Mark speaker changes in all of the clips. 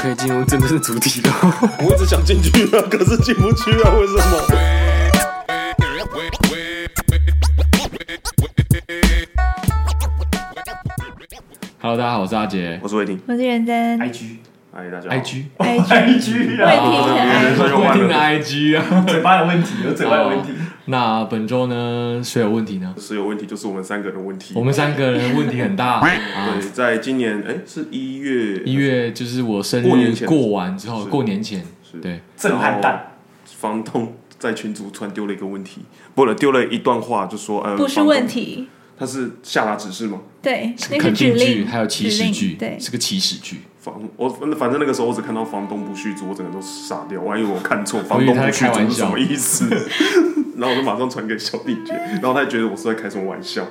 Speaker 1: 可以进入真正的主题了。
Speaker 2: 我一直想进去啊，可是进不去啊，为什么？
Speaker 3: Hello，大家好，我是阿杰。
Speaker 2: 我是魏婷，
Speaker 4: 我是元真
Speaker 5: IG
Speaker 2: 哎，大家好
Speaker 3: IG，
Speaker 4: ，I G
Speaker 5: IG
Speaker 3: 哎
Speaker 5: 啊，
Speaker 4: 会听的
Speaker 2: 人
Speaker 4: I
Speaker 2: 生又
Speaker 3: 我
Speaker 2: 完
Speaker 3: 听的
Speaker 2: 了，
Speaker 3: IG 啊。
Speaker 5: 嘴巴有问题，有嘴巴有问
Speaker 2: 哦
Speaker 5: 题。
Speaker 3: 那本周呢，谁有问题呢？
Speaker 2: 是有问题，就是我们三个人问题。
Speaker 3: 我们三个人问题很大啊。
Speaker 2: 对，在今年哎是一月
Speaker 3: 一月就是我生
Speaker 2: 过年
Speaker 3: 日
Speaker 2: 前
Speaker 3: 过完之后，
Speaker 2: 是
Speaker 3: 过年前
Speaker 2: 是，
Speaker 3: 对，
Speaker 5: 震撼弹，
Speaker 2: 房东在群组突然丢了一个问题，不了丢了一段话，就说呃
Speaker 4: 不是
Speaker 2: 房东
Speaker 4: 问题，
Speaker 2: 他是下达指示吗？
Speaker 4: 对，那是
Speaker 3: 肯
Speaker 4: 指
Speaker 3: 定句
Speaker 4: 令，
Speaker 3: 还有起
Speaker 4: 指
Speaker 3: 始
Speaker 4: 令
Speaker 3: 句，
Speaker 4: 对，
Speaker 3: 是个起始句。
Speaker 2: 房我反正那个时候我只看到房东不续租，我整个都傻掉，我还以为我看错，
Speaker 3: 我
Speaker 2: 房
Speaker 3: 以
Speaker 2: 东
Speaker 3: 为他在
Speaker 2: 不续
Speaker 3: 开玩
Speaker 2: 租是
Speaker 3: 笑
Speaker 2: 什么意思？ 然后我就马上传给小弟觉，然后他就觉得我是在开什么玩笑，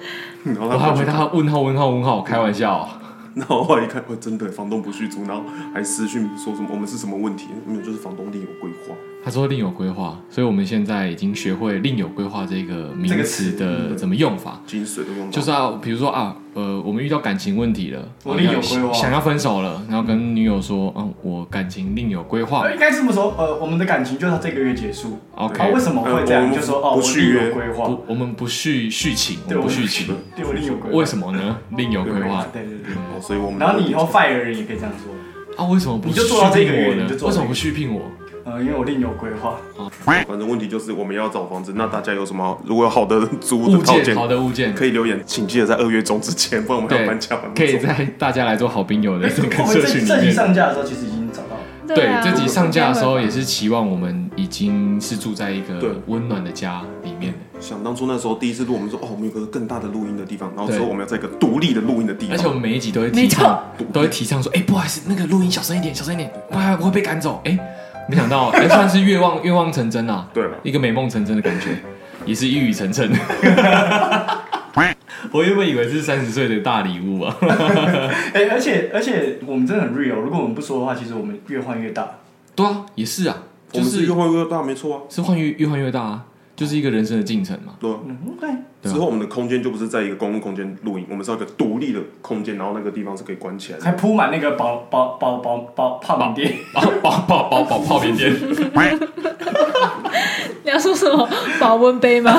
Speaker 2: 然后
Speaker 3: 我
Speaker 2: 他
Speaker 3: 还
Speaker 2: 回
Speaker 3: 回
Speaker 2: 去
Speaker 3: 他问号问号问号，开玩笑哦。
Speaker 2: 然后后来一看，哦，真的房东不续租，然后还私讯说什么我们是什么问题？没有，就是房东另有规划。
Speaker 3: 他说另有规划，所以我们现在已经学会另有规划这个名
Speaker 5: 这个
Speaker 3: 词
Speaker 5: 词
Speaker 3: 的怎么用法。
Speaker 2: 精髓都用到，
Speaker 3: 就是啊，比如说啊，呃，我们遇到感情问题了，呃
Speaker 5: 我另有规划
Speaker 3: 想要分手了，然后跟女友说，嗯，我感情另有规
Speaker 2: 哦
Speaker 3: 划
Speaker 5: 呃，应该是这么说，呃，我们的感情就到这个月结束。
Speaker 3: ，OK，
Speaker 5: 啊，为什么会这
Speaker 2: 呃我
Speaker 5: 样？
Speaker 2: 们
Speaker 5: 就说哦，
Speaker 2: 不
Speaker 5: 我
Speaker 2: 续
Speaker 5: 另
Speaker 2: 约
Speaker 5: 有规划，
Speaker 3: 不，我们不续续情，我
Speaker 5: 对
Speaker 3: 们不
Speaker 5: 我
Speaker 3: 续
Speaker 5: 们
Speaker 3: 情，
Speaker 5: 对我另有规划。
Speaker 3: 为什么呢？另有规划
Speaker 5: 对对对。
Speaker 2: 哦，所以我们
Speaker 5: 然后你以后 fire 人也可以这样说，
Speaker 3: 啊？为什么不
Speaker 5: 你就做到这个
Speaker 3: 续聘我
Speaker 5: 月
Speaker 3: 呢
Speaker 5: 你就？做
Speaker 3: 为
Speaker 5: 到
Speaker 3: 什
Speaker 5: 这个月
Speaker 3: 么不续聘我？
Speaker 5: 呃，因为我另有规划。
Speaker 2: 反正问题就是我们要找房子，那大家有什么如果有好的 租
Speaker 3: 物
Speaker 2: 的套
Speaker 3: 件，
Speaker 2: 件，
Speaker 3: 好的物件，
Speaker 2: 可以留言，请记得在二月中之前，不然我们要
Speaker 3: 对
Speaker 2: 搬家搬，
Speaker 3: 可以
Speaker 2: 在
Speaker 3: 在大家来做好兵友的这
Speaker 5: 哎
Speaker 3: 个
Speaker 5: 我们
Speaker 3: 社
Speaker 5: 这
Speaker 3: 群
Speaker 5: 这
Speaker 3: 里
Speaker 5: 集
Speaker 3: 面。
Speaker 5: 上架的时候，其实已经找到了。
Speaker 3: 对
Speaker 4: 啊，，
Speaker 3: 这集上架的时候也
Speaker 4: 是，
Speaker 3: 是期望我们已经是住在一
Speaker 2: 对
Speaker 3: 个温暖的家里面的。
Speaker 2: 想当初那时候第一次录，我们说哦，我们有个更大的录音的地方，然后之后
Speaker 3: 对
Speaker 2: 我们要在一个独立的录音的地
Speaker 3: 而且我
Speaker 2: 方。
Speaker 3: 们每一集都会提
Speaker 4: 没
Speaker 3: 倡
Speaker 4: 错，
Speaker 3: 都会提倡说，哎、不好意思，那个录音小声一点，小声一点，不然我会被赶走。哎、没想到，哎、算是愿望愿望成真啊，
Speaker 2: 对了，
Speaker 3: 一个美梦成真的感觉，也是一语成 谶。我原本以为是三十岁的大礼物啊，
Speaker 5: 哎，而且而且我们真的很 real，如果我们不说的话，其实我们越换越大。
Speaker 3: 对啊，也是啊，
Speaker 2: 我
Speaker 3: 就
Speaker 2: 们是
Speaker 3: 是
Speaker 2: 越换越大，没错啊。
Speaker 3: 是换越越换越大啊，就是一个人生的进 程嘛。
Speaker 2: 对啊，
Speaker 5: 嗯，对。
Speaker 3: 对啊
Speaker 2: 之后我们的空间就不是在一个公共空间录音，我们是要一个独立的空间，然后那个地方是可以关起来
Speaker 5: 还
Speaker 2: 的。
Speaker 5: 铺满那个保保保保保泡面店，
Speaker 3: 啊，泡泡泡泡泡面店，
Speaker 4: 你要说什么保温 杯吗？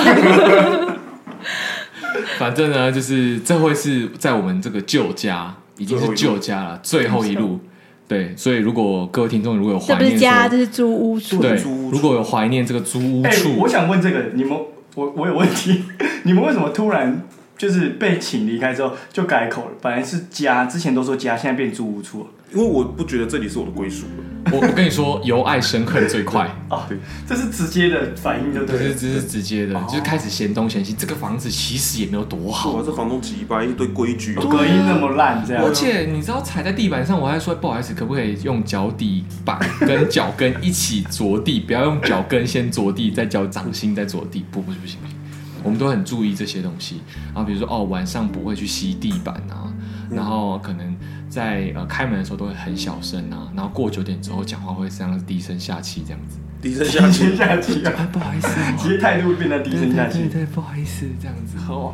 Speaker 3: 反正呢，就是这会是在我们这个旧家，已经是旧家了，最后一路。对，所以如果各位听众如果有
Speaker 4: 这
Speaker 3: 怀
Speaker 4: 不
Speaker 3: 念
Speaker 4: 是
Speaker 3: 说，
Speaker 4: 家，这是租屋处。
Speaker 3: 对
Speaker 2: 租屋，处
Speaker 3: 如果有怀念这个租屋
Speaker 5: 哎、
Speaker 3: 处，
Speaker 5: 我想问这个，你们我我有问题， 你们为什么突然就是被请离开之后就改口了？本来是家，之前都说家，现在变租屋处了
Speaker 2: 因为我不觉得这里是我的归属了。
Speaker 3: 我我跟你说，由爱生恨最快，
Speaker 5: 啊，这是直接的反应，就
Speaker 3: 这
Speaker 5: 对
Speaker 3: 是
Speaker 5: 了。
Speaker 3: 这是直接的，就是开始嫌东嫌西。这个房子其实也没有多
Speaker 2: 我
Speaker 3: 好，
Speaker 2: 这房东急掰一堆规矩，
Speaker 5: 隔音那么烂，这样
Speaker 3: 而且你知道踩在地板上，我还说不好意思，可不可以用脚底板跟脚跟一起着地，不要用脚跟先着地，再脚掌心再着地，不不不行不行，我们都很注意这些东西。然后比如说哦，晚上不会去吸地板啊，
Speaker 5: 嗯
Speaker 3: 然后可能在呃开门的时候都会很小声啊，然后过九点之后讲话会这样低声下气这样子。
Speaker 2: 低声下
Speaker 5: 低
Speaker 2: 气
Speaker 5: 声。下气啊，
Speaker 3: 啊，不好意思、
Speaker 5: 直接态度变得低声下
Speaker 3: 对
Speaker 5: 气。
Speaker 3: 对对，不好意思，这样子。
Speaker 5: 哦，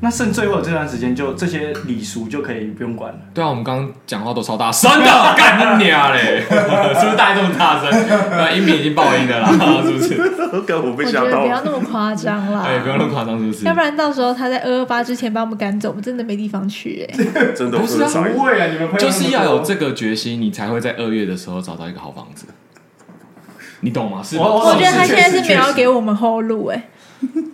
Speaker 5: 那剩最后的这段时间就这些礼俗就可以不用管了。
Speaker 3: 对啊，我们刚刚讲话都超大声的， 干你娘嘞！是不是大家这么大声？那音频已经爆音 的啦，是不是？
Speaker 2: 刚我被
Speaker 4: 我
Speaker 2: 吓
Speaker 4: 觉得
Speaker 2: 到
Speaker 4: 不要
Speaker 2: 了，
Speaker 4: 那么夸张啦
Speaker 3: 哎，，不要那么夸张，是不是？
Speaker 4: 要不然到时候他在二二八之前把我们赶走，我们真的没地方去哎。
Speaker 2: 真的
Speaker 3: 不
Speaker 2: 我
Speaker 3: 是啊
Speaker 2: 真的傻眼
Speaker 5: 不。会啊，你们朋友
Speaker 3: 就是要有这
Speaker 5: 个。
Speaker 3: 个决心，你才会在二月的时候找到一个好房子。你懂吗？哦是吧
Speaker 5: 我
Speaker 4: 我觉得他现在
Speaker 5: 确
Speaker 4: 是
Speaker 5: 实
Speaker 4: 没有要
Speaker 5: 确实
Speaker 4: 给我们后路哎。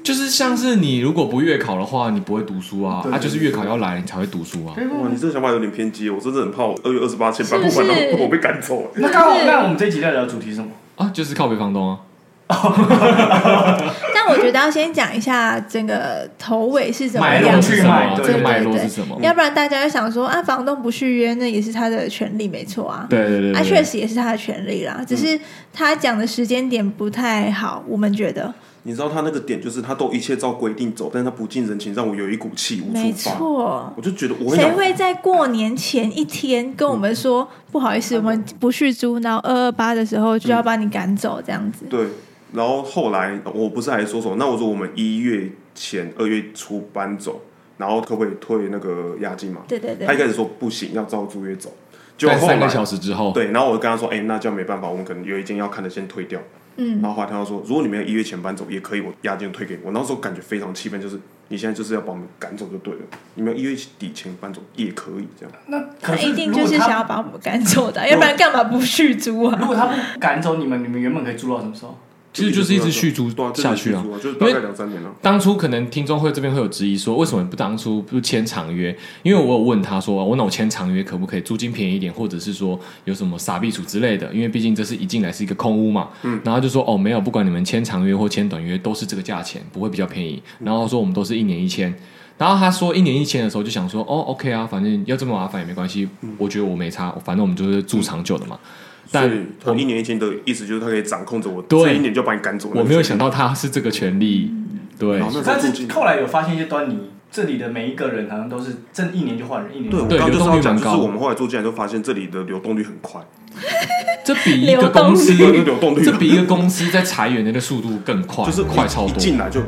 Speaker 3: 就是像是你如果不月考的话，你不会读书啊，
Speaker 5: 对对
Speaker 3: 啊，就是月考要来你才会读书啊。
Speaker 2: 哇，你这个想法有点偏激，我真的很怕我二月二十八前搬不
Speaker 4: 是
Speaker 2: 完，
Speaker 4: 不是
Speaker 2: 然后我被赶走。
Speaker 5: 那刚好，那我们这一集要聊的主题是什么？
Speaker 3: 啊，就是靠北房东啊。
Speaker 4: 但我觉得要先讲一下整个头尾是怎么
Speaker 3: 脉
Speaker 5: 买路
Speaker 3: 络
Speaker 4: 样子
Speaker 3: 是
Speaker 5: 去
Speaker 3: 什
Speaker 5: 脉
Speaker 3: 么？
Speaker 5: 对
Speaker 3: 这个
Speaker 5: 对
Speaker 3: 脉络
Speaker 4: 对
Speaker 3: 是什么？
Speaker 4: 要不然大家会想说啊，房东不续约那也是他的权利，没错啊。
Speaker 3: 对对对
Speaker 4: 啊，
Speaker 3: 对，
Speaker 4: 确实也是他的权利啦，只是他讲的时间点不太好，我们觉得
Speaker 2: 你知道他那个点就是他都一切照规定走，但是他不近人情，让我有一股气无
Speaker 4: 没
Speaker 2: 处发。
Speaker 4: 错。
Speaker 2: 我就觉得我很
Speaker 4: 谁
Speaker 2: 想，
Speaker 4: 会在过年前一天跟我们说、不好意思，我们不续租，然后二二八的时候就要把你赶走这样子？
Speaker 2: 对。然呃后后来我不是还说什么？那我说我们一月前二月初搬走，然后可不可以退那个押金嘛？
Speaker 4: 对对对
Speaker 2: 他一开始说不行，要照租约走，就
Speaker 3: 在
Speaker 2: 后
Speaker 3: 三
Speaker 2: 来
Speaker 3: 个小时之
Speaker 5: 哦
Speaker 3: 后，
Speaker 2: 对，然后我就跟他说，哎、那这样没办法，我们可能有一间要看的先退掉。嗯，然后后来他就说，如果你们要一月前搬走也可以，我押金退给你。我那时候感觉非常气愤，就是你现在就是要把我们赶走就对了，你们一月底前搬走也可以这样。
Speaker 5: 那可
Speaker 4: 他
Speaker 5: 是
Speaker 4: 一定
Speaker 5: 如
Speaker 4: 就
Speaker 5: 果
Speaker 4: 是
Speaker 5: 他
Speaker 4: 想要把我们赶走的，要不然干嘛不续租
Speaker 5: 如
Speaker 4: 啊？
Speaker 5: 果他不赶走你们，你们原本可以住到什么时候？
Speaker 3: 其实就是一直续租
Speaker 2: 对啊
Speaker 3: 下去啊
Speaker 2: 就是一直续租就是
Speaker 3: 因
Speaker 2: 大
Speaker 3: 为
Speaker 2: 概两三年了。
Speaker 3: 当初可能听众会这边会有质疑说，为什么不当初不签长约？因为我有问他说，我那我签长约可不可以租金便宜一点，或者是说有什么傻避暑之类的？因为毕竟这是一进来是一个空屋嘛。嗯。然后就说哦，没有，不管你们签长约或签短约，都是这个价钱，不会比较便宜。然后说我们都是一年一签。然后他说一年一签的时候，就想说哦，OK 啊，反正要这么麻烦也没关系，我觉得我没差，反正我们就是住长久的嘛。但
Speaker 2: 所以他
Speaker 3: 我
Speaker 2: 一年一签的意思就是他可以掌控着我，
Speaker 3: 对啊
Speaker 2: 这一年就把你赶走。
Speaker 3: 我没有想，到他是这个权利，对
Speaker 2: 然。后那时候
Speaker 5: 但
Speaker 2: 住进
Speaker 5: 是后来有发现一些端倪，这里的每一个人好像都是这一年就换人，一年
Speaker 2: 对，
Speaker 5: 就
Speaker 2: 我
Speaker 5: 换
Speaker 3: 流动
Speaker 5: 人
Speaker 2: 刚刚就是要
Speaker 3: 率
Speaker 2: 讲，
Speaker 3: 蛮
Speaker 2: 就
Speaker 3: 高
Speaker 2: 是我们后来住进来就发现这里的流动率很快，
Speaker 3: 这比一个
Speaker 4: 流动
Speaker 3: 公司，
Speaker 2: 率流动率
Speaker 3: 这比一个公司在裁员的那个速度更快，
Speaker 2: 就是
Speaker 3: 快
Speaker 2: 一
Speaker 3: 超
Speaker 2: 一
Speaker 3: 多。
Speaker 2: 进来就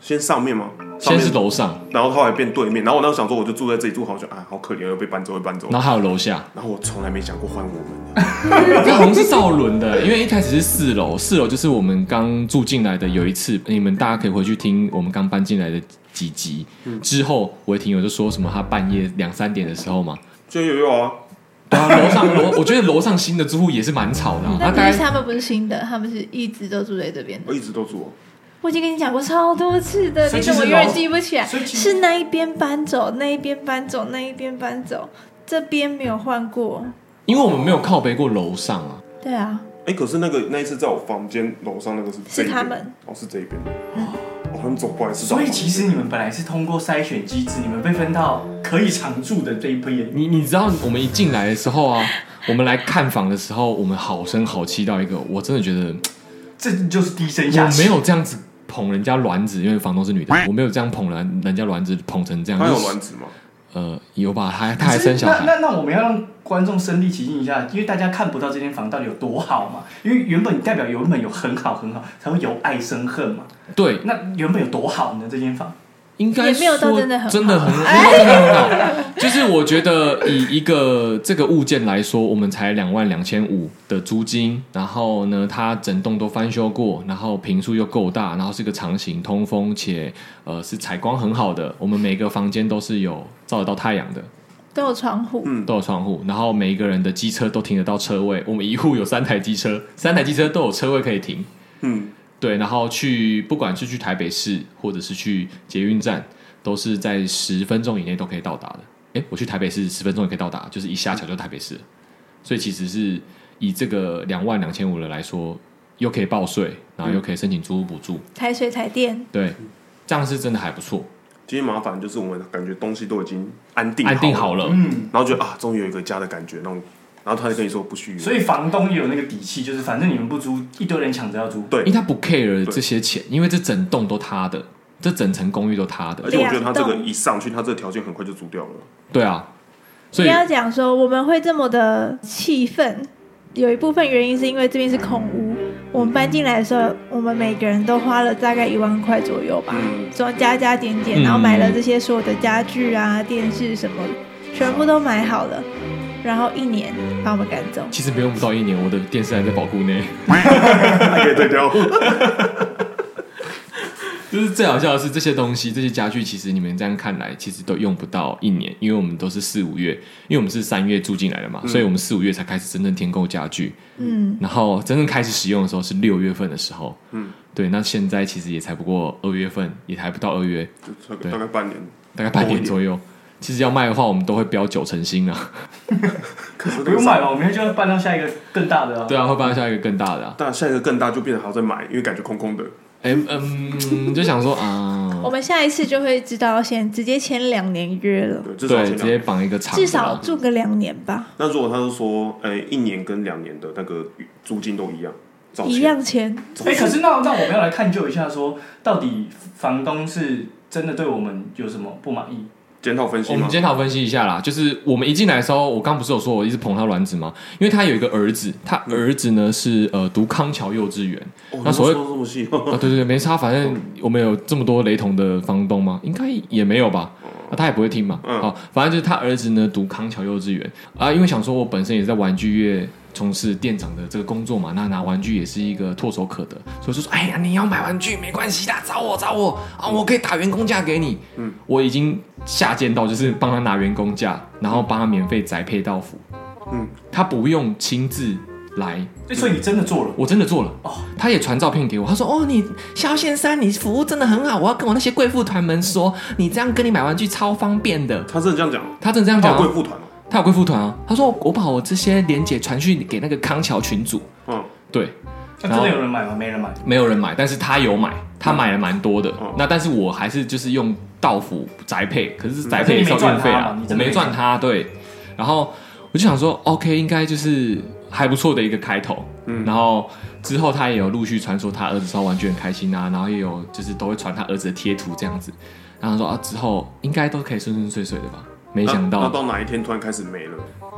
Speaker 2: 先上面嘛，
Speaker 3: 先
Speaker 2: 上面
Speaker 3: 是楼上，
Speaker 2: 然后后来变对面，然后我那时候想说，我就住在这里住好久，哎，好可怜，又被搬走，被搬走。
Speaker 3: 然后还有楼下。
Speaker 2: 然后我从来没想过换我们，
Speaker 3: 这好像是造轮的，因为一开始是四楼，四楼就是我们刚住进来的。有一次，你们大家可以回去听我们刚搬进来的几集。
Speaker 2: 嗯
Speaker 3: 之后，韦霆有就说什么他半夜两三点的时候嘛，
Speaker 2: 就有有啊，
Speaker 3: 对啊，楼上楼，我觉得楼上新的租户也是蛮吵的啊、
Speaker 4: 那
Speaker 3: 大
Speaker 4: 不
Speaker 3: 概
Speaker 4: 是他们不是新的，他们是一直都住在这边的
Speaker 2: 我。一直都住哦。
Speaker 4: 我已经跟你讲过超多次的，
Speaker 5: 所
Speaker 4: 你
Speaker 5: 以
Speaker 4: 怎么
Speaker 5: 其
Speaker 4: 永
Speaker 5: 实楼
Speaker 4: 远记不起来？
Speaker 5: 所以其实
Speaker 4: 是那一边搬走，那一边搬走，那一边搬走，这边没有换过。
Speaker 3: 因为我们没有靠背过楼上啊，
Speaker 4: 对啊，
Speaker 2: 哎，可是那个那一次在我房间楼上那个是这一边
Speaker 4: 是他们嗯
Speaker 2: 哦，是这一边，哦，他们走过来是这
Speaker 5: 所
Speaker 2: 样。
Speaker 5: 以其实你们本来是通过筛选机制，你们被分到可以常住的这一批人。
Speaker 3: 你你知道我们一进来的时候啊，我们来看房的时候，我们好声好气到一个，我真的觉得
Speaker 5: 这就是低声下
Speaker 3: 我
Speaker 5: 气。
Speaker 3: 没有这样子捧人家卵子，因为房东是女的，我没有这样捧人人家卵子捧成这样。
Speaker 2: 他有
Speaker 3: 就是
Speaker 2: 卵子吗？
Speaker 3: 呃，有吧？她她
Speaker 5: 可
Speaker 3: 还
Speaker 5: 是
Speaker 3: 生小
Speaker 5: 那
Speaker 3: 孩，
Speaker 5: 那那我们要让观众身临其境一下，因为大家看不到这间房到底有多好嘛。因为原本代表原本有很好很好，才会由爱生恨嘛。
Speaker 3: 对，
Speaker 5: 那原本有多好呢？这间房
Speaker 3: 应该
Speaker 4: 也没有到
Speaker 3: 说
Speaker 4: 真的很好
Speaker 3: 真的很好，没有真的很好。 就是我觉得以一个这个物件来说，我们才两万两千五的租金，然后呢，它整栋都翻修过，然后平数又够大，然后是个长形通风且呃是采光很好的，我们每个房间都是有照得到太阳的。
Speaker 4: 都有窗户。
Speaker 2: 嗯
Speaker 3: 都有窗户，然后每一个人的机车都停得到车位。我们一户有三台机车，三台机车都有车位可以停。
Speaker 2: 嗯，
Speaker 3: 对，然后去不管是去台北市，或者是去捷运站，都是在十分钟以内都可以到达的。诶，我去台北市十分钟也可以到达，就是一下桥就台北市了。所以其实是以这个两万两千五的来说，又可以报税，然后又可以申请租屋补助，
Speaker 4: 台水台电，
Speaker 3: 对，这样是真的还不错，
Speaker 2: 今天麻烦就是我们感觉东西都已经安定
Speaker 3: 安定
Speaker 2: 好
Speaker 3: 好
Speaker 2: 了，
Speaker 3: 了。
Speaker 5: 嗯，
Speaker 2: 然后觉得啊，终于有一个家的感觉那种，然后他就跟你说不续约，
Speaker 5: 所以房东也有那个底气，就是反正你们不租，一堆人抢着要租。
Speaker 2: 对
Speaker 3: 因为他不 care
Speaker 2: 对
Speaker 3: 这些钱，因为这整栋都他的，这整层公寓都他的
Speaker 2: 而，且我觉得他这个
Speaker 4: 两栋
Speaker 2: 一上去，他这个条件很快就租掉了。
Speaker 3: 对啊，所
Speaker 4: 不
Speaker 3: 以
Speaker 4: 要讲说我们会这么的气愤，有一部分原因是因为这边是空屋。我们搬进来的时候，我们每个人都花了大概一万块左右吧，
Speaker 2: 嗯
Speaker 4: 总加加减减，
Speaker 3: 嗯
Speaker 4: 然后买了这些所有的家具啊、电视什么的，全部都买好了，然后一年把我们赶走。
Speaker 3: 其实不用不到一年，我的电视还在保护内。
Speaker 2: 还 可以对掉，
Speaker 3: 就是最好笑的是，这些东西、这些家具，其实你们这样看来，其实都用不到一年，因为我们都是四五月，因为我们是三月住进来的嘛，所以我们四五月才开始真正添购家具，
Speaker 4: 嗯，
Speaker 3: 然后真正开始使用的时候是六月份的时候。嗯，对，那现在其实也才不过二月份，也还不到二月，
Speaker 2: 就
Speaker 3: 对
Speaker 2: 大概半年。
Speaker 3: 大概半年左右。其实要卖的话，我们都会标九成新 啊，
Speaker 2: 可是
Speaker 5: 不用买了，我明天就要搬到下一个更大的啊。
Speaker 3: 对啊，会搬下一个更大的、啊。
Speaker 2: 但下一个更大就变得还要再买，因为感觉空空的。
Speaker 3: 哎、嗯，就想说啊，
Speaker 4: 我们下一次就会知道，先直接签两年约了，
Speaker 2: 对，至少
Speaker 3: 对，
Speaker 2: 先
Speaker 3: 直
Speaker 2: 这
Speaker 3: 接
Speaker 2: 样。
Speaker 3: 绑一个长的
Speaker 4: 至
Speaker 3: 啦，
Speaker 4: 少住个两年吧，
Speaker 2: 那如果他是说，呃、一年跟两年的那个租金都一样，照签
Speaker 4: 一。样签。
Speaker 5: 哎、可是那那我们要来探究一下说到底房东是真的对我们有什么不满意？
Speaker 2: 检讨分析
Speaker 3: 哦我们
Speaker 2: 吗？
Speaker 3: 检讨分析一下啦，就是我们一进来的时候，我刚不是有说我一直捧他卵子吗？因为他有一个儿子，他儿子呢是呃读康桥幼稚园
Speaker 2: 哦
Speaker 3: 那所谓
Speaker 2: 你们说这么细，
Speaker 3: 哦啊，对对对，没差，反正我们有这么多雷同的房东吗？应该也没有吧。啊，他也不会听嘛。
Speaker 2: 嗯
Speaker 3: 好，反正就是他儿子呢读康桥幼稚园啊，因为想说我本身也在玩具业从事店长的这个工作嘛，那拿玩具也是一个唾手可得，所以就说哎呀，你要买玩具没关系的，找我找我啊，我可以打员工价给你。嗯，我已经下贱到就是帮他拿员工价，然后帮他免费宅配到府。
Speaker 2: 嗯，
Speaker 3: 他不用亲自来，
Speaker 5: 欸所以你真的做了，
Speaker 3: 我真的做了。
Speaker 5: 哦
Speaker 3: 他也传照片给我，他说：“哦，你萧先生，你服务真的很好，我啊要跟我那些贵妇团们说，你这样跟你买玩具超方便的。
Speaker 2: 他真的这样讲”，
Speaker 3: 他真的这样
Speaker 2: 他
Speaker 3: 讲
Speaker 2: 有
Speaker 3: 啊、
Speaker 2: 贵妇团哦，
Speaker 3: 他有贵妇团啊。他说：“我把我这些连姐传讯给那个康桥群主，
Speaker 2: 嗯，
Speaker 3: 对，
Speaker 5: 那真的有人买吗？没人买。
Speaker 3: 没有人买，但是他有买，他买了蛮多的。
Speaker 5: 哦
Speaker 2: 嗯
Speaker 3: 那但是我还是就是用到府宅配，可是宅
Speaker 5: 嗯
Speaker 3: 配也是要运费
Speaker 5: 可是你没赚他嘛
Speaker 3: 啊
Speaker 5: 你，
Speaker 3: 我
Speaker 5: 真的
Speaker 3: 没赚他，对。然后我就想说，OK，应该就是还不错的一个开头。
Speaker 2: 嗯
Speaker 3: 然后之后他也有陆续传说他儿子烧玩具很开心啊，然后也有就是都会传他儿子的贴图这样子。然后说啊，之后应该都可以顺顺遂遂的吧？没想
Speaker 2: 那
Speaker 3: 到
Speaker 5: 啊
Speaker 2: 那到哪一天突然开始没了，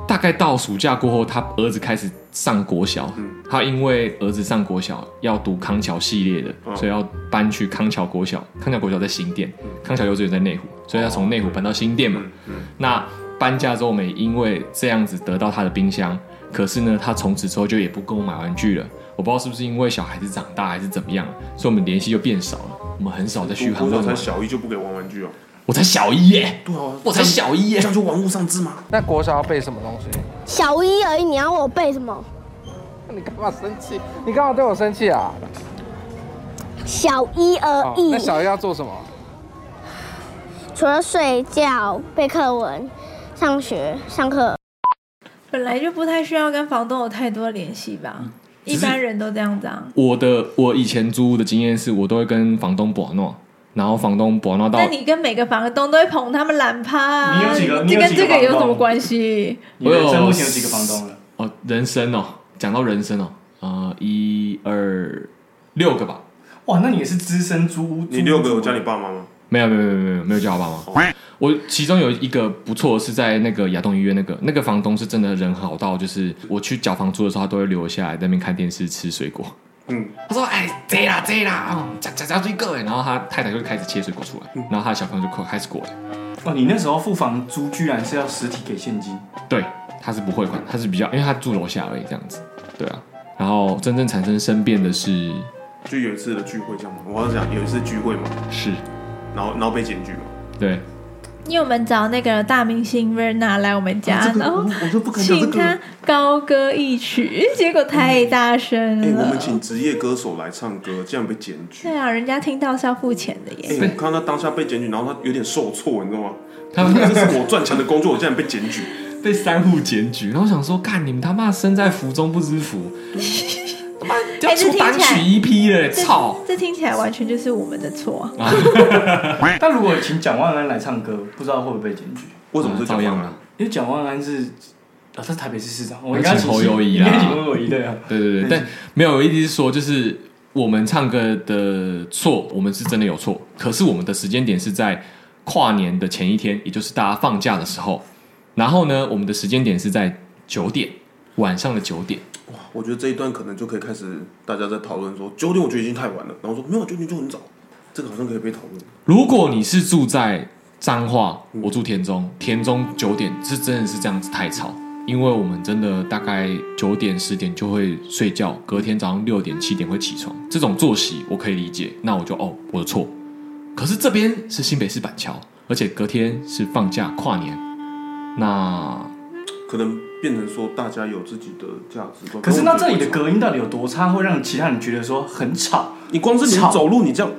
Speaker 3: 大概到暑假过后，他儿子开始上国小。
Speaker 2: 嗯
Speaker 3: 他因为儿子上国小要读康桥系列的，
Speaker 2: 嗯
Speaker 3: 所以要搬去康桥国小。康桥国小在新店，康桥幼稚园在内湖，所以他从内湖搬到新店嘛。
Speaker 2: 嗯嗯，
Speaker 3: 那搬家之后，我们也因为这样子得到他的冰箱，可是呢，他从此之后就也不跟我买玩具了。我不知道是不是因为小孩子长大还是怎么样，所以我们联系就变少了。我们很少在续航
Speaker 2: 我
Speaker 3: 这种
Speaker 2: 我才
Speaker 3: 玩。
Speaker 2: 小一就不给玩玩具哦，
Speaker 3: 我才小一耶，
Speaker 2: 对啊，
Speaker 3: 我才小一耶
Speaker 2: 这。样就玩物丧志嘛，
Speaker 6: 那国小要背什么东西？
Speaker 7: 小一而已，你要我背什么？
Speaker 6: 你干嘛生气？你干嘛对我生气啊？
Speaker 7: 小一而
Speaker 6: 哦，
Speaker 7: 已
Speaker 6: 那，小一要做什么？
Speaker 7: 除了睡觉、背课文、上学、上课，
Speaker 4: 本来就不太需要跟房东有太多联系吧，
Speaker 2: 嗯
Speaker 4: 一般人都这样子啊。
Speaker 3: 我的我以前租屋的经验是，我都会跟房东博诺，然后房东博诺到
Speaker 4: 那你跟每个房东都会捧他们懒趴、啊，
Speaker 5: 你有几个你
Speaker 4: 这
Speaker 5: 有
Speaker 4: 跟
Speaker 5: 几个
Speaker 4: 这个
Speaker 5: 房
Speaker 4: 有什么
Speaker 5: 东
Speaker 4: 关系？
Speaker 5: 你人生目前有几个房东了？
Speaker 3: 哦人生哦，讲到人生哦，呃，一二六个吧，
Speaker 5: 哇，那你也是资深租屋？
Speaker 2: 你六个有叫你爸妈吗？
Speaker 3: 没有没有没有没有没有叫我爸妈。我其中有一个不错是在那个亚东医院那个那个房东是真的人好到，就是我去缴房租的时候，他都会留下来在那边看电视吃水果。
Speaker 2: 嗯，
Speaker 3: 他说：“哎，这啦这啦，哦夹夹夹最个哎。”然后他太太就开始切水果出来，然后他的小朋友就开始过来。
Speaker 5: 哦，你那时候付房租居然是要实体给现金，
Speaker 3: 对，他是不汇款，他是比较，因为他住楼下而已，这样子，对啊。然后真正产生生变的是
Speaker 2: 就有一次的聚会这样嘛，我要讲有一次聚会嘛，
Speaker 3: 是，
Speaker 2: 然后然后被检举嘛，
Speaker 3: 对，
Speaker 4: 因为我们找那个大明星 Verna 来我们家，
Speaker 2: 啊这个
Speaker 4: 然后
Speaker 2: 我我就不敢讲这
Speaker 4: 哦请
Speaker 2: 个
Speaker 4: 他高歌一 曲，结果太大声
Speaker 2: 哎、
Speaker 4: 了。
Speaker 2: 我们请职业歌手来唱歌，竟然被检举。
Speaker 4: 对啊，人家听到是要付钱的耶。
Speaker 2: 哎、我看到他当下被检举，然后他有点受挫，你知道吗？
Speaker 3: 他们
Speaker 2: 这是我赚钱的工作，我竟然被检举。
Speaker 3: 被三户检举，然后我想说，干你们他妈身在福中不知 福，他妈要
Speaker 4: 哎这
Speaker 3: 出
Speaker 4: 听
Speaker 3: 单
Speaker 4: 起
Speaker 3: 曲
Speaker 4: 来
Speaker 3: EP 了，
Speaker 2: 哎
Speaker 4: 这
Speaker 3: 操！
Speaker 4: 这听起来完全就是我们的错啊。
Speaker 5: 但如果请蒋万安来唱歌，不知道会不会被检举？
Speaker 2: 为什么是
Speaker 5: 嗯
Speaker 3: 照样
Speaker 2: 啊
Speaker 3: 啊？？
Speaker 5: 因为蒋万安是啊，他是台北市市长，我
Speaker 3: 那
Speaker 5: 应该
Speaker 3: 请侯友宜
Speaker 5: 应
Speaker 3: 啦
Speaker 5: 该请侯友宜对啊。
Speaker 3: 对对对，但没有，我意思是说，就是我们唱歌的错，我们是真的有错，可是我们的时间点是在跨年的前一天，也就是大家放假的时候。然后呢，我们的时间点是在九点晚上的九点，
Speaker 2: 我觉得这一段可能就可以开始大家在讨论说，九点我觉得已经太晚了，然后说没有九点就很早，这个好像可以被讨论。
Speaker 3: 如果你是住在彰化，我住田中，田中九点是真的是这样子太吵，因为我们真的大概九点十点就会睡觉，隔天早上六点七点会起床，这种作息我可以理解，那我就哦我的错。可是这边是新北市板桥，而且隔天是放假跨年，那
Speaker 2: 可能变成说大家有自己的价值观。
Speaker 5: 可是那这里的
Speaker 2: 歌，
Speaker 5: 隔音到底有多差，会让其他人觉得说很吵？
Speaker 2: 你光是
Speaker 5: 吵
Speaker 2: 你走路，你这样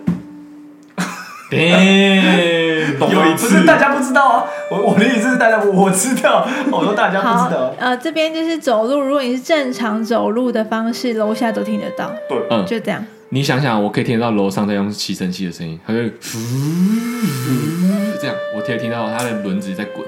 Speaker 3: 懂
Speaker 5: 有不是大家不知道啊，我我的意思是大家我知道，我说大家不
Speaker 4: 好
Speaker 5: 知道，，
Speaker 4: 呃，这边就是走路，如果你是正常走路的方式，楼下都听得到，
Speaker 2: 对，
Speaker 3: 嗯，
Speaker 4: 就这样。
Speaker 3: 你想想，我可以听得到楼上在用吸尘 器的声音，它就就这样，我可以听到它的轮子在滚。